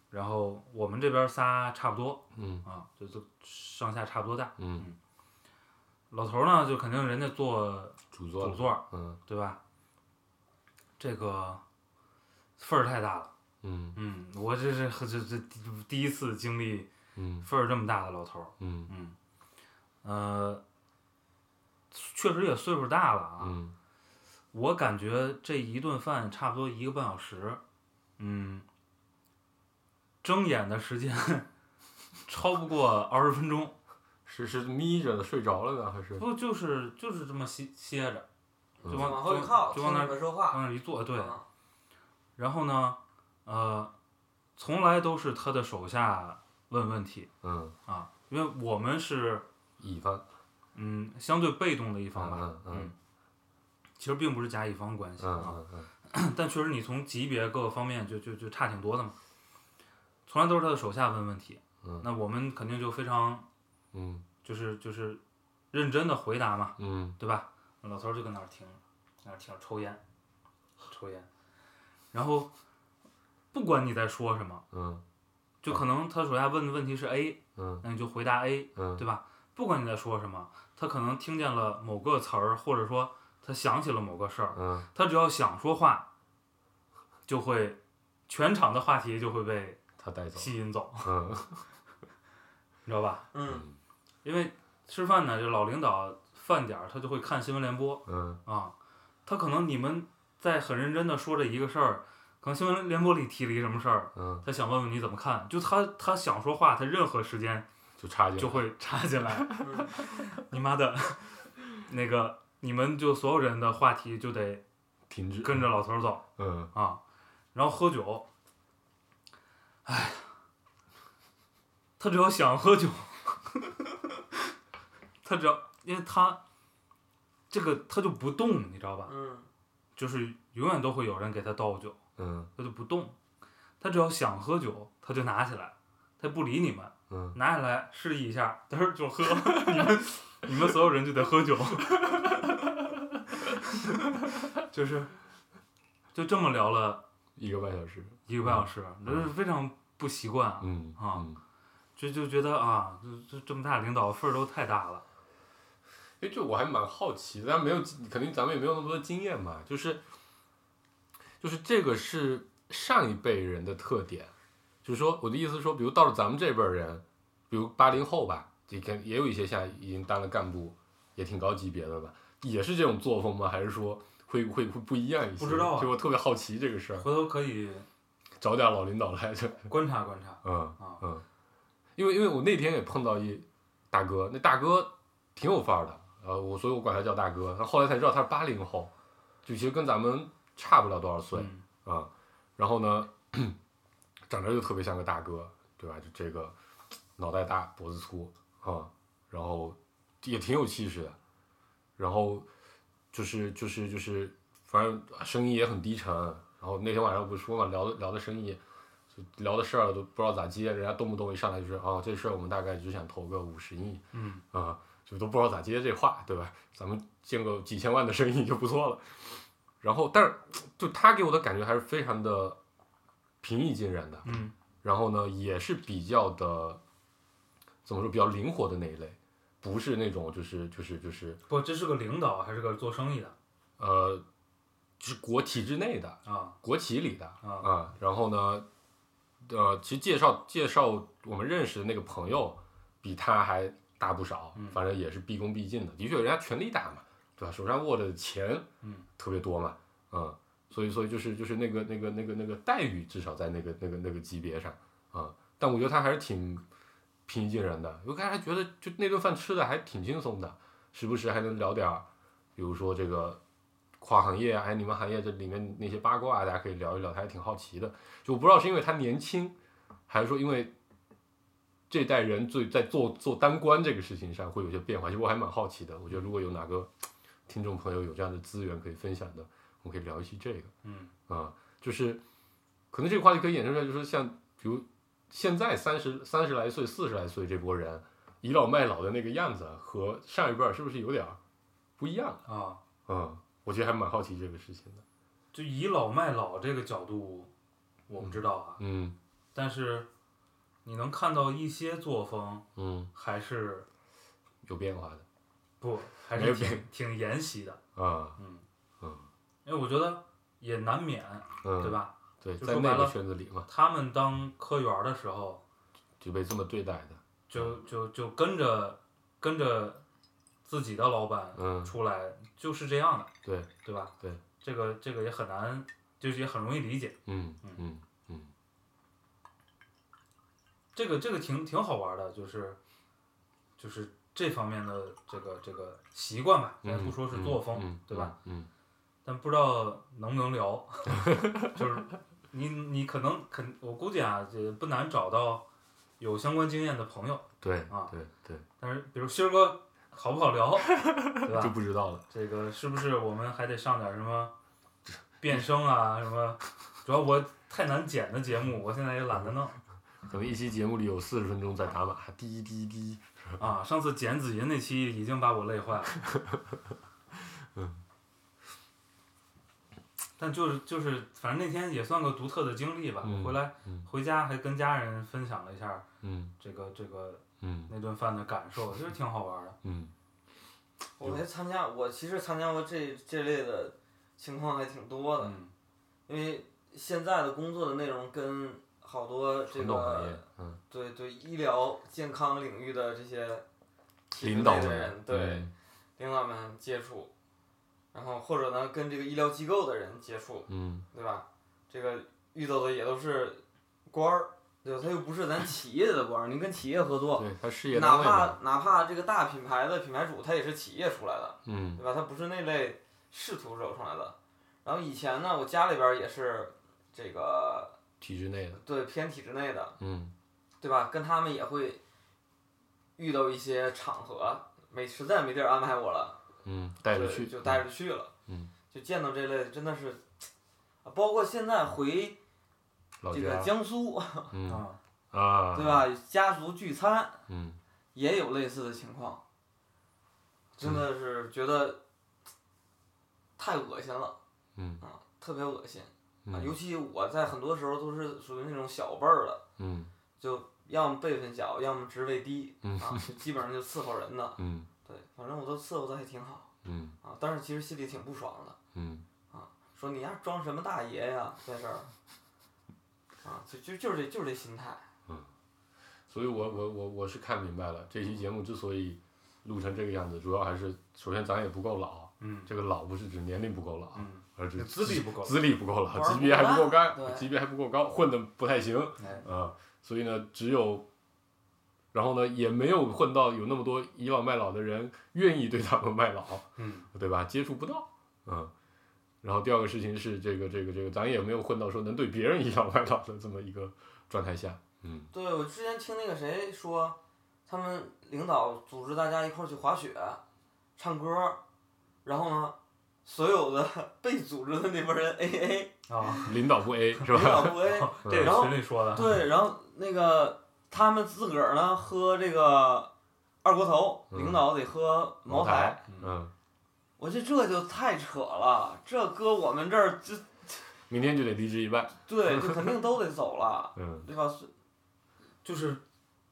[SPEAKER 5] 然后我们这边仨差不多
[SPEAKER 4] 嗯
[SPEAKER 5] 啊，就就上下差不多大。
[SPEAKER 4] 嗯，
[SPEAKER 5] 老头儿呢，就肯定人家坐
[SPEAKER 4] 主座
[SPEAKER 5] 主，座儿，
[SPEAKER 4] 嗯
[SPEAKER 5] 对吧？这个份儿太大了。
[SPEAKER 4] 嗯
[SPEAKER 5] 嗯，我这是这这第一次经历
[SPEAKER 4] 嗯
[SPEAKER 5] 份儿这么大的老头儿。
[SPEAKER 4] 嗯
[SPEAKER 5] 嗯，呃，确实也岁数大了啊。
[SPEAKER 4] 嗯
[SPEAKER 5] 我感觉这一顿饭差不多一个半小时，嗯，睁眼的时间 [LAUGHS] 超不过二十分钟，
[SPEAKER 4] 是是眯着的睡着了呢，还是
[SPEAKER 5] 不就是就是这么歇歇着，就
[SPEAKER 4] 嗯
[SPEAKER 5] 往
[SPEAKER 3] 往后一靠，
[SPEAKER 5] 就
[SPEAKER 3] 听
[SPEAKER 5] 往那
[SPEAKER 3] 你
[SPEAKER 5] 儿
[SPEAKER 3] 们说话。
[SPEAKER 5] 往那儿一坐，对，
[SPEAKER 3] 嗯
[SPEAKER 5] 然后呢，呃，从来都是他的手下问问题
[SPEAKER 4] 嗯
[SPEAKER 5] 啊，因为我们是
[SPEAKER 4] 乙方，
[SPEAKER 5] 嗯相对被动的一方吧，
[SPEAKER 4] 嗯嗯
[SPEAKER 5] 其实并不是甲乙方关系啊，
[SPEAKER 4] 嗯嗯
[SPEAKER 5] 但确实你从级别各个方面就就就差挺多的嘛。从来都是他的手下问问题，
[SPEAKER 4] 嗯
[SPEAKER 5] 那我们肯定就非常
[SPEAKER 4] 嗯
[SPEAKER 5] 就是就是认真的回答嘛，
[SPEAKER 4] 嗯
[SPEAKER 5] 对吧？老头儿就跟那儿听着，那儿听着抽烟，抽烟，然后不管你在说什么，
[SPEAKER 4] 嗯
[SPEAKER 5] 就可能他手下问的问题是 A，
[SPEAKER 4] 嗯
[SPEAKER 5] 那你就回答 A，
[SPEAKER 4] 嗯
[SPEAKER 5] 对吧？不管你在说什么，他可能听见了某个词儿，或者说他想起了某个事儿，
[SPEAKER 4] 嗯，
[SPEAKER 5] 他只要想说话，就会全场的话题就会被
[SPEAKER 4] 他带走，
[SPEAKER 5] 吸引走，
[SPEAKER 4] 嗯
[SPEAKER 5] 你知道吧？
[SPEAKER 3] 嗯，
[SPEAKER 5] 因为吃饭呢，这老领导饭点儿他就会看新闻联播
[SPEAKER 4] 嗯
[SPEAKER 5] 啊，他可能你们在很认真的说着一个事儿，可能新闻联播里提了一什么事儿，
[SPEAKER 4] 嗯，
[SPEAKER 5] 他想问问你怎么看，就他他想说话，他任何时间
[SPEAKER 4] 就插进
[SPEAKER 5] 就
[SPEAKER 4] 来，
[SPEAKER 5] 会插进来， [LAUGHS] 你妈的，那个你们就所有人的话题就得
[SPEAKER 4] 停止，
[SPEAKER 5] 跟着，老头儿走。
[SPEAKER 4] 嗯
[SPEAKER 5] 啊，然后喝酒，哎，他只要想喝酒， [LAUGHS] 他只要，因为他这个他就不动，你知道吧？
[SPEAKER 3] 嗯
[SPEAKER 5] 就是永远都会有人给他倒酒，
[SPEAKER 4] 嗯
[SPEAKER 5] 他就不动，他只要想喝酒，他就拿起来，他不理你们，
[SPEAKER 4] 嗯
[SPEAKER 5] 拿起来示意一下，他说就喝， [LAUGHS] 你们你们所有人就得喝酒， [LAUGHS] 就是就这么聊了。
[SPEAKER 4] 一个半小时，
[SPEAKER 5] 一个半小时，这是非常不习惯啊，
[SPEAKER 4] 嗯嗯。
[SPEAKER 5] 就就觉得啊，这这这么大领导份儿都太大了，
[SPEAKER 4] 因为这我还蛮好奇的，但没有肯定咱们也没有那么多经验嘛，就是就是这个是上一辈人的特点，就是说我的意思是说，比如到了咱们这辈儿人，比如八零后吧，这肯也有一些现在已经当了干部，也挺高级别的吧，也是这种作风吗？还是说会会会不一样一些？
[SPEAKER 5] 不知道啊
[SPEAKER 4] 就我特别好奇这个事儿，
[SPEAKER 5] 回头可以
[SPEAKER 4] 找点老领导来着。
[SPEAKER 5] 观察观察
[SPEAKER 4] 嗯
[SPEAKER 5] 啊，
[SPEAKER 4] 嗯，因为因为我那天也碰到一大哥，那大哥挺有范儿的，呃，我所以我管他叫大哥。他后来才知道他是八零后，就其实跟咱们差不了多少岁
[SPEAKER 5] 嗯
[SPEAKER 4] 啊、然后呢，长得就特别像个大哥，对吧？就这个脑袋大，脖子粗啊、然后也挺有气势的，然后就是就是就是，反正声音也很低沉。然后那天晚上我不是说嘛，聊的聊的生意，就聊的事儿都不知道咋接，人家动不动一上来就是啊，这事儿我们大概只想投个五十亿
[SPEAKER 5] 嗯，
[SPEAKER 4] 啊、就都不知道咋接这话，对吧？咱们见个几千万的生意就不错了。然后，但是就他给我的感觉还是非常的平易近人的，
[SPEAKER 5] 嗯，
[SPEAKER 4] 然后呢，也是比较的怎么说，比较灵活的那一类，不是那种就是就是就是
[SPEAKER 5] 不，这是个领导还是个做生意的
[SPEAKER 4] 呃，就是国体制内的，
[SPEAKER 5] 啊？
[SPEAKER 4] 国企里的
[SPEAKER 5] 啊
[SPEAKER 4] 然后呢，呃，其实介绍介绍我们认识的那个朋友，比他还大不少，
[SPEAKER 5] 嗯
[SPEAKER 4] 反正也是毕恭毕敬的。的确，人家权力大嘛，对吧？手上握着钱，
[SPEAKER 5] 嗯，
[SPEAKER 4] 特别多嘛，嗯，所以所以就是就是那个那个那个那个待遇至少在那个那个那个级别上啊，但我觉得他还是挺平易近人的，我看还觉得就那顿饭吃的还挺轻松的，时不时还能聊点儿，比如说这个跨行业啊，哎你们行业这里面那些八卦啊，大家可以聊一聊，他还挺好奇的，就我不知道是因为他年轻，还是说因为。这代人最在做做当官这个事情上会有些变化，其实我还蛮好奇的。我觉得如果有哪个听众朋友有这样的资源可以分享的，我们可以聊一期这个。
[SPEAKER 5] 嗯，
[SPEAKER 4] 啊，就是可能这个话题可以衍生出来，就是说像比如现在三十三十来岁、四十来岁这波人倚老卖老的那个样子，啊和上一辈儿是不是有点儿不一样了？
[SPEAKER 5] 啊，
[SPEAKER 4] 嗯，我其实还蛮好奇这个事情的。
[SPEAKER 5] 就倚老卖老这个角度，我不知道啊，
[SPEAKER 4] 嗯
[SPEAKER 5] 但是你能看到一些作风
[SPEAKER 4] 嗯，
[SPEAKER 5] 还是
[SPEAKER 4] 有变化的
[SPEAKER 5] 不还
[SPEAKER 4] 没
[SPEAKER 5] 是
[SPEAKER 4] 有
[SPEAKER 5] 挺挺沿袭的，
[SPEAKER 4] 啊，
[SPEAKER 5] 嗯
[SPEAKER 4] 嗯
[SPEAKER 5] 因为我觉得也难免，
[SPEAKER 4] 嗯，
[SPEAKER 5] 对？吧？
[SPEAKER 4] 对，
[SPEAKER 5] 就
[SPEAKER 4] 在
[SPEAKER 5] 说
[SPEAKER 4] 那
[SPEAKER 5] 白
[SPEAKER 4] 个
[SPEAKER 5] 了
[SPEAKER 4] 圈子里嘛，
[SPEAKER 5] 他们当科员的时候，
[SPEAKER 4] 就被这么对待的。嗯
[SPEAKER 5] 就就就跟着跟着自己的老板
[SPEAKER 4] 嗯，
[SPEAKER 5] 出来，就是这样的，
[SPEAKER 4] 对，
[SPEAKER 5] 对吧？
[SPEAKER 4] 对，
[SPEAKER 5] 这个这个也很难，就是也很容易理解。
[SPEAKER 4] 嗯
[SPEAKER 5] 嗯
[SPEAKER 4] 嗯嗯
[SPEAKER 5] 这个这个挺挺好玩的，就是就是这方面的这个这个习惯吧，咱
[SPEAKER 4] 嗯，
[SPEAKER 5] 不说是作风，
[SPEAKER 4] 嗯
[SPEAKER 5] 对吧？？
[SPEAKER 4] 嗯，嗯
[SPEAKER 5] 但不知道能不能聊， [LAUGHS] 就是你你可能肯，我估计啊，也不难找到有相关经验的朋友。
[SPEAKER 4] 对
[SPEAKER 5] 啊
[SPEAKER 4] 对对，
[SPEAKER 5] 但是比如鑫儿哥好不好聊，对吧
[SPEAKER 4] 就？不知道了。
[SPEAKER 5] 这个是不是我们还得上点什么变声啊什么？主要我太难剪的节目，我现在也懒得弄
[SPEAKER 4] 可能一期节目里有四十分钟在打码，滴滴滴。
[SPEAKER 5] 啊。上次剪子吟那期已经把我累坏了。但就是就是，反正那天也算个独特的经历吧。
[SPEAKER 4] 嗯
[SPEAKER 5] 回来
[SPEAKER 4] 嗯
[SPEAKER 5] 回家还跟家人分享了一下
[SPEAKER 4] 嗯
[SPEAKER 5] 这个这个
[SPEAKER 4] 嗯
[SPEAKER 5] 那顿饭的感受，就是挺好玩的。
[SPEAKER 4] 嗯
[SPEAKER 3] 我还参加，我其实参加过这这类的情况还挺多的，
[SPEAKER 5] 嗯
[SPEAKER 3] 因为现在的工作的内容跟好多这
[SPEAKER 4] 传统行业
[SPEAKER 3] 个，
[SPEAKER 4] 嗯，
[SPEAKER 3] 对对医疗健康领域的这些体制
[SPEAKER 4] 领导
[SPEAKER 3] 内的
[SPEAKER 4] 们
[SPEAKER 3] 人，对、领导们接触，然后或者呢跟这个医疗机构的人接触，
[SPEAKER 4] 嗯
[SPEAKER 3] 对吧？这个遇到的也都是官儿，对吧？他又不是咱企业的官儿，你跟企业合
[SPEAKER 4] 嗯，
[SPEAKER 3] 作，
[SPEAKER 4] 对他事业单
[SPEAKER 3] 哪
[SPEAKER 4] 位嘛，
[SPEAKER 3] 怕哪怕这个大品牌的品牌主，他也是企业出来的。
[SPEAKER 4] 嗯
[SPEAKER 3] 对吧？它不是那类仕途惹出来的。然后以前呢，我家里边儿也是这个
[SPEAKER 4] 体制内的，
[SPEAKER 3] 对偏体制内的，
[SPEAKER 4] 嗯
[SPEAKER 3] 对吧？跟他们也会遇到一些场合，没实在没地儿安排我了，
[SPEAKER 4] 嗯，带着
[SPEAKER 3] 就
[SPEAKER 4] 去
[SPEAKER 3] 就带着去了。
[SPEAKER 4] 嗯，
[SPEAKER 3] 就见到这类真的是，啊包括现在回
[SPEAKER 4] 老
[SPEAKER 3] 这个
[SPEAKER 4] 家，
[SPEAKER 3] 江苏，
[SPEAKER 4] 嗯
[SPEAKER 5] 啊，
[SPEAKER 4] 啊，
[SPEAKER 3] 对？吧？家族聚餐
[SPEAKER 4] 嗯，
[SPEAKER 3] 也有类似的情况，真的是觉得太恶心了，
[SPEAKER 4] 嗯
[SPEAKER 3] 啊，特别恶心。啊，尤
[SPEAKER 4] 嗯
[SPEAKER 3] 其我在很多时候都是属于那种小辈儿的，
[SPEAKER 4] 嗯
[SPEAKER 3] 就要么辈分小，要么职位低，
[SPEAKER 4] 嗯
[SPEAKER 3] 啊，就基本上就伺候人的。
[SPEAKER 4] 嗯
[SPEAKER 3] 对，反正我都伺候的还挺好
[SPEAKER 4] 嗯
[SPEAKER 3] 啊，但是其实心里挺不爽的，
[SPEAKER 4] 嗯
[SPEAKER 3] 说你呀装什么大爷呀，在这儿，啊，就就就是这就是这心态。
[SPEAKER 4] 所以我我我我是看明白了，这期节目之所以录成这个样子，主要还是首先咱也不够老，
[SPEAKER 5] 嗯
[SPEAKER 4] 这个老不是指年龄不够老，
[SPEAKER 5] 嗯，
[SPEAKER 4] 而是
[SPEAKER 5] 资历不够
[SPEAKER 4] 资历不够了，
[SPEAKER 3] 玩儿
[SPEAKER 4] 级别还不够
[SPEAKER 3] 不
[SPEAKER 4] 高，
[SPEAKER 3] 烂对
[SPEAKER 4] 级别还不够高，混的不太行啊、
[SPEAKER 5] 哎，
[SPEAKER 4] 所以呢，只有，然后呢，也没有混到有那么多倚老卖老的人愿意对他们卖老，
[SPEAKER 5] 嗯
[SPEAKER 4] 对吧？接触不到，嗯。然后第二个事情是这个这个这个，咱也没有混到说能对别人倚老卖老的这么一个状态下，嗯
[SPEAKER 3] 对我之前听那个谁说，他们领导组织大家一块儿去滑雪、唱歌，然后呢，所有的 [LAUGHS] 被组织的那波人 A A，
[SPEAKER 5] 啊，
[SPEAKER 4] 领导不 A 是
[SPEAKER 3] 领
[SPEAKER 4] 吧？
[SPEAKER 3] 导不
[SPEAKER 5] [LAUGHS]
[SPEAKER 3] A。
[SPEAKER 5] 这也
[SPEAKER 3] 然后
[SPEAKER 5] 群里说的。
[SPEAKER 3] 对，然后那个他们自个儿呢喝这个二锅头，
[SPEAKER 4] 嗯
[SPEAKER 3] 领导得喝茅台。
[SPEAKER 4] 台，嗯，
[SPEAKER 3] 我觉得这就太扯了，这搁我们这儿就
[SPEAKER 4] 明天就得离职一半，
[SPEAKER 3] 对，
[SPEAKER 4] [LAUGHS]
[SPEAKER 3] 就肯定都得走了，
[SPEAKER 4] 嗯
[SPEAKER 3] 对吧？是
[SPEAKER 5] 就是，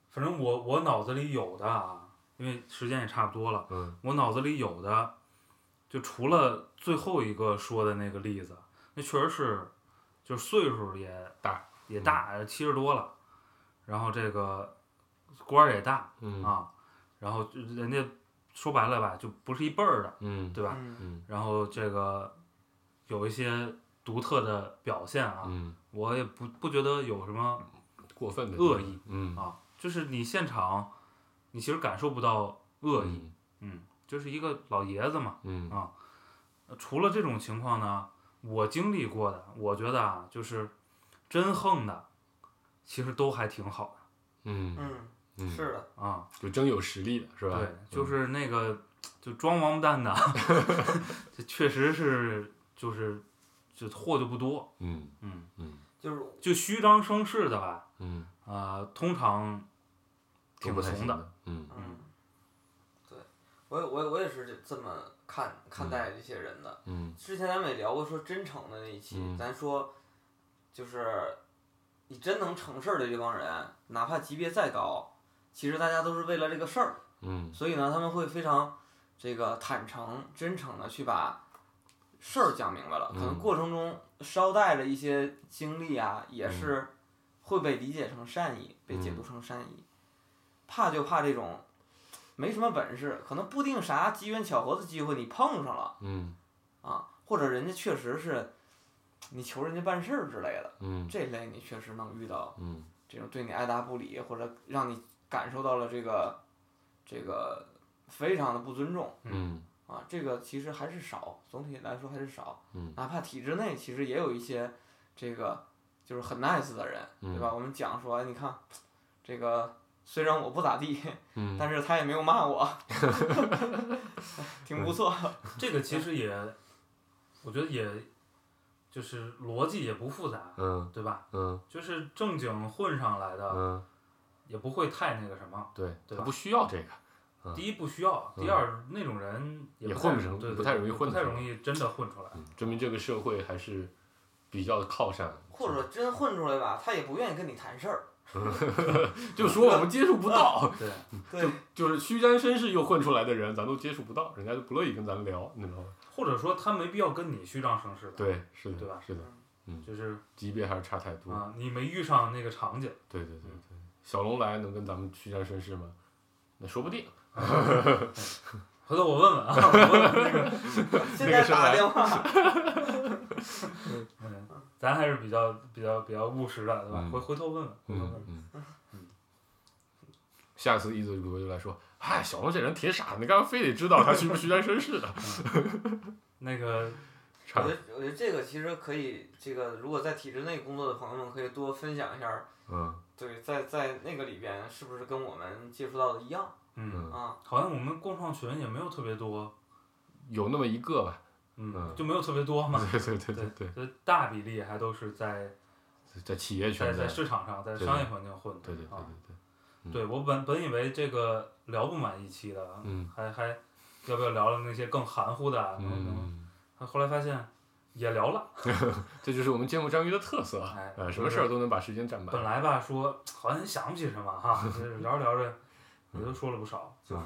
[SPEAKER 5] 反正我我脑子里有的啊，因为时间也差不多了，
[SPEAKER 4] 嗯
[SPEAKER 5] 我脑子里有的，就除了最后一个说的那个例子，那确实是，就是岁数也
[SPEAKER 4] 大
[SPEAKER 5] 也大，
[SPEAKER 4] 嗯
[SPEAKER 5] 七十多了，然后这个官儿也大
[SPEAKER 4] 嗯
[SPEAKER 5] 啊，然后就人家说白了吧，就不是一辈儿的，
[SPEAKER 4] 嗯
[SPEAKER 5] 对吧？
[SPEAKER 3] 嗯，
[SPEAKER 4] 嗯
[SPEAKER 5] 然后这个有一些独特的表现啊，
[SPEAKER 4] 嗯，
[SPEAKER 5] 我也不不觉得有什么
[SPEAKER 4] 过分的
[SPEAKER 5] 恶意
[SPEAKER 4] 嗯，
[SPEAKER 5] 啊，就是你现场，你其实感受不到恶意，嗯，就是一个老爷子嘛。
[SPEAKER 4] 嗯，
[SPEAKER 5] 啊呃除了这种情况呢，我经历过的，我觉得啊，就是真横的，其实都还挺好
[SPEAKER 4] 嗯嗯
[SPEAKER 3] 嗯，
[SPEAKER 4] 嗯，
[SPEAKER 3] 是的，
[SPEAKER 5] 的啊。
[SPEAKER 4] 就真有实力的是吧？
[SPEAKER 5] 对，就
[SPEAKER 4] 嗯
[SPEAKER 5] 是那个就装王八蛋的， [LAUGHS] 这确实是就是就货就不多，
[SPEAKER 4] 嗯
[SPEAKER 5] 嗯，
[SPEAKER 4] 嗯
[SPEAKER 3] 就是
[SPEAKER 5] 就虚张声势的吧，
[SPEAKER 4] 嗯，
[SPEAKER 5] 呃，通常
[SPEAKER 4] 都
[SPEAKER 5] 挺
[SPEAKER 4] 不太
[SPEAKER 5] 怂
[SPEAKER 4] 行
[SPEAKER 5] 的，
[SPEAKER 4] 的，嗯
[SPEAKER 3] 嗯，对，我也我也我也是这么看看待这些人的。
[SPEAKER 4] 嗯
[SPEAKER 3] 之前咱们也聊过说真诚的那一期，
[SPEAKER 4] 嗯
[SPEAKER 3] 咱说就是你真能成事儿的这帮人，哪怕级别再高，其实大家都是为了这个事儿，
[SPEAKER 4] 嗯
[SPEAKER 3] 所以呢，他们会非常这个坦诚、真诚的去把事儿讲明白了。可能
[SPEAKER 4] 嗯
[SPEAKER 3] 过程中捎带着一些经历啊，也是会被理解成善意，被解读成善意。怕就怕这种没什么本事，可能不定啥机缘巧合的机会你碰上了。
[SPEAKER 4] 嗯
[SPEAKER 3] 啊，或者人家确实是你求人家办事儿之类的，
[SPEAKER 4] 嗯
[SPEAKER 3] 这类你确实能遇到
[SPEAKER 4] 嗯
[SPEAKER 3] 这种对你爱答不理，或者让你感受到了这个这个非常的不尊重
[SPEAKER 4] 嗯
[SPEAKER 3] 啊，这个其实还是少，总体来说还是少。
[SPEAKER 4] 嗯
[SPEAKER 3] 哪怕体制内其实也有一些这个就是很 nice 的人，
[SPEAKER 4] 嗯
[SPEAKER 3] 对吧？我们讲说，哎，你看这个。虽然我不咋地，[LAUGHS]
[SPEAKER 4] 嗯，
[SPEAKER 3] 但是他也没有骂
[SPEAKER 4] [LAUGHS]
[SPEAKER 3] 我，挺不错。
[SPEAKER 4] 嗯
[SPEAKER 5] 这个其实也，我觉得也就是逻辑也不复杂，
[SPEAKER 4] 嗯
[SPEAKER 5] 对吧？
[SPEAKER 4] 嗯
[SPEAKER 5] 就是正经混上来的，
[SPEAKER 4] 嗯，
[SPEAKER 5] 也不会太那个什么。
[SPEAKER 4] 对，
[SPEAKER 5] 对
[SPEAKER 4] 他
[SPEAKER 5] 吧
[SPEAKER 4] 不需要这个，嗯
[SPEAKER 5] 第一不需要，
[SPEAKER 4] 嗯
[SPEAKER 5] 第二那种人也
[SPEAKER 4] 也
[SPEAKER 5] 不
[SPEAKER 4] 混
[SPEAKER 5] 太
[SPEAKER 4] 不成
[SPEAKER 5] 对对
[SPEAKER 4] 不太容易混
[SPEAKER 5] 不太
[SPEAKER 4] 出来
[SPEAKER 5] 容易真的混出来。
[SPEAKER 4] 嗯证明这个社会还是比较靠山，
[SPEAKER 3] 或者真混出来吧，他也不愿意跟你谈事儿。
[SPEAKER 4] 就说我们接触不到， [LAUGHS]
[SPEAKER 5] 对，
[SPEAKER 3] 对，
[SPEAKER 4] 就是虚张声势又混出来的人，咱都接触不到，人家就不乐意跟咱聊，你知道吗？
[SPEAKER 5] 或者说他没必要跟你虚张声势的，
[SPEAKER 4] 对，是的，
[SPEAKER 5] 对吧
[SPEAKER 4] 是的，
[SPEAKER 5] 就是
[SPEAKER 4] 级别还是差太多。
[SPEAKER 5] 啊，你没遇上那个场景，
[SPEAKER 4] 对对对对，小龙来能跟咱们虚张声势吗？那说不定。
[SPEAKER 5] 回头我问问啊， [LAUGHS] 我问问那个，
[SPEAKER 3] 现在打电话，
[SPEAKER 5] 嗯，咱还是比较比较比较务实的，对吧
[SPEAKER 4] 嗯？
[SPEAKER 5] 回回头问问，回头问问。
[SPEAKER 4] 嗯嗯。 [LAUGHS] 下次一组主播就来说，哎，小龙这人挺傻的，你干嘛非得知道他虚不虚张声势的？
[SPEAKER 5] 那个，
[SPEAKER 3] 我
[SPEAKER 4] 差
[SPEAKER 3] 觉得我觉得这个其实可以，这个如果在体制内工作的朋友们可以多分享一下儿，
[SPEAKER 4] [LAUGHS] 嗯
[SPEAKER 3] 对，在在那个里边是不是跟我们接触到的一样
[SPEAKER 5] 嗯，
[SPEAKER 4] 嗯，
[SPEAKER 3] 啊？
[SPEAKER 5] 好像我们共创群也没有特别多，
[SPEAKER 4] 有那么一个吧。 [LAUGHS]
[SPEAKER 5] 嗯
[SPEAKER 4] 嗯，
[SPEAKER 5] 就没有特别多嘛。
[SPEAKER 4] 对对对对对，
[SPEAKER 5] 就大比例还都是在
[SPEAKER 4] 在企业
[SPEAKER 5] 在
[SPEAKER 4] 圈子
[SPEAKER 5] 在。市场上，在
[SPEAKER 4] 对
[SPEAKER 5] 商业环境混的。
[SPEAKER 4] 对对对对
[SPEAKER 5] 啊，
[SPEAKER 4] 对，
[SPEAKER 5] 对我本本以为这个聊不满一期的，啊
[SPEAKER 4] 嗯
[SPEAKER 5] 还还要不要聊聊那些更含糊的啊？能不能？
[SPEAKER 4] 嗯，
[SPEAKER 5] 后来发现也聊了，
[SPEAKER 4] 这就是我们见过章鱼的特色
[SPEAKER 5] 哎
[SPEAKER 4] 啊，呃，什么事儿都能把时间占
[SPEAKER 5] 本
[SPEAKER 4] 满。
[SPEAKER 5] 来吧说好像想不起什么
[SPEAKER 4] [LAUGHS]
[SPEAKER 5] 哈，就是聊着聊着也就说了不少。
[SPEAKER 3] 就
[SPEAKER 4] 嗯
[SPEAKER 3] 是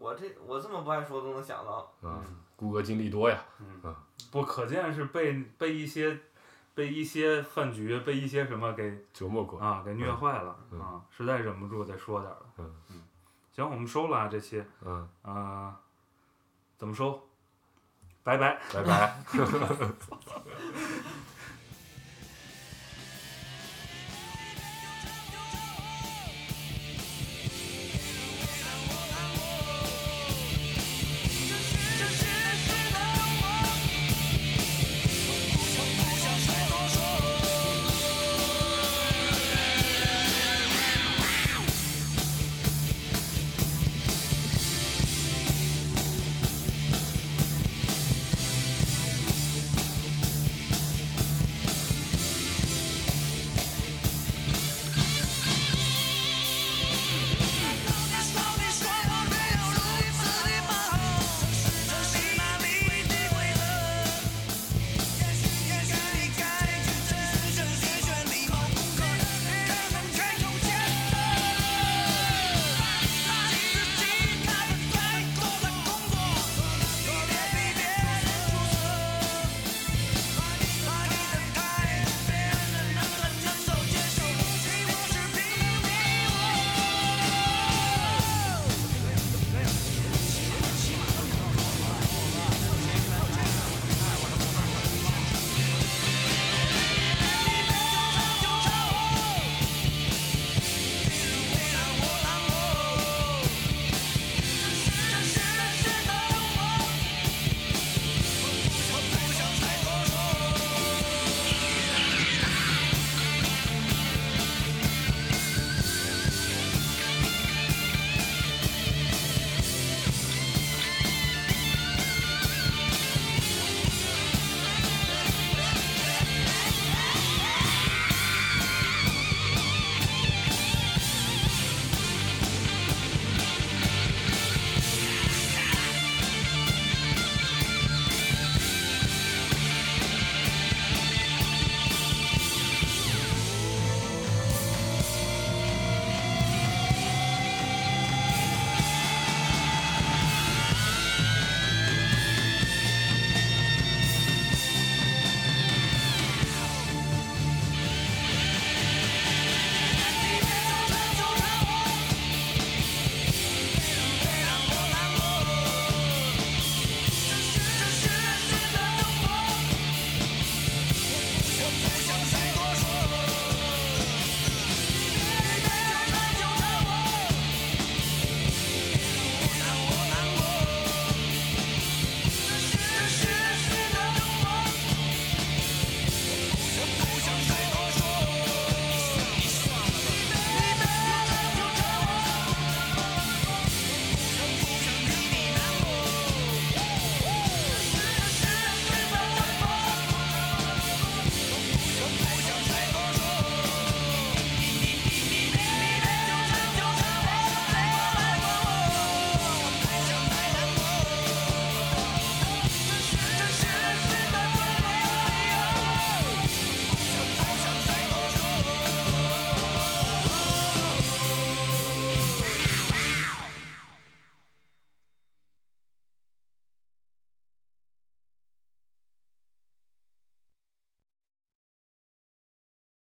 [SPEAKER 3] 我这我这么不爱说都能想到，
[SPEAKER 4] 啊，谷歌经历多呀，
[SPEAKER 5] 嗯
[SPEAKER 4] 嗯，
[SPEAKER 5] 不，可见是被被一些被一些饭局，被一些什么给
[SPEAKER 4] 折磨过。
[SPEAKER 5] 啊给虐坏了
[SPEAKER 4] 嗯
[SPEAKER 5] 啊，实在忍不住得说点儿了。
[SPEAKER 4] 嗯
[SPEAKER 5] 行，我们收了啊，这期，
[SPEAKER 4] 嗯，
[SPEAKER 5] 嗯，怎么收？拜拜。
[SPEAKER 4] 拜拜。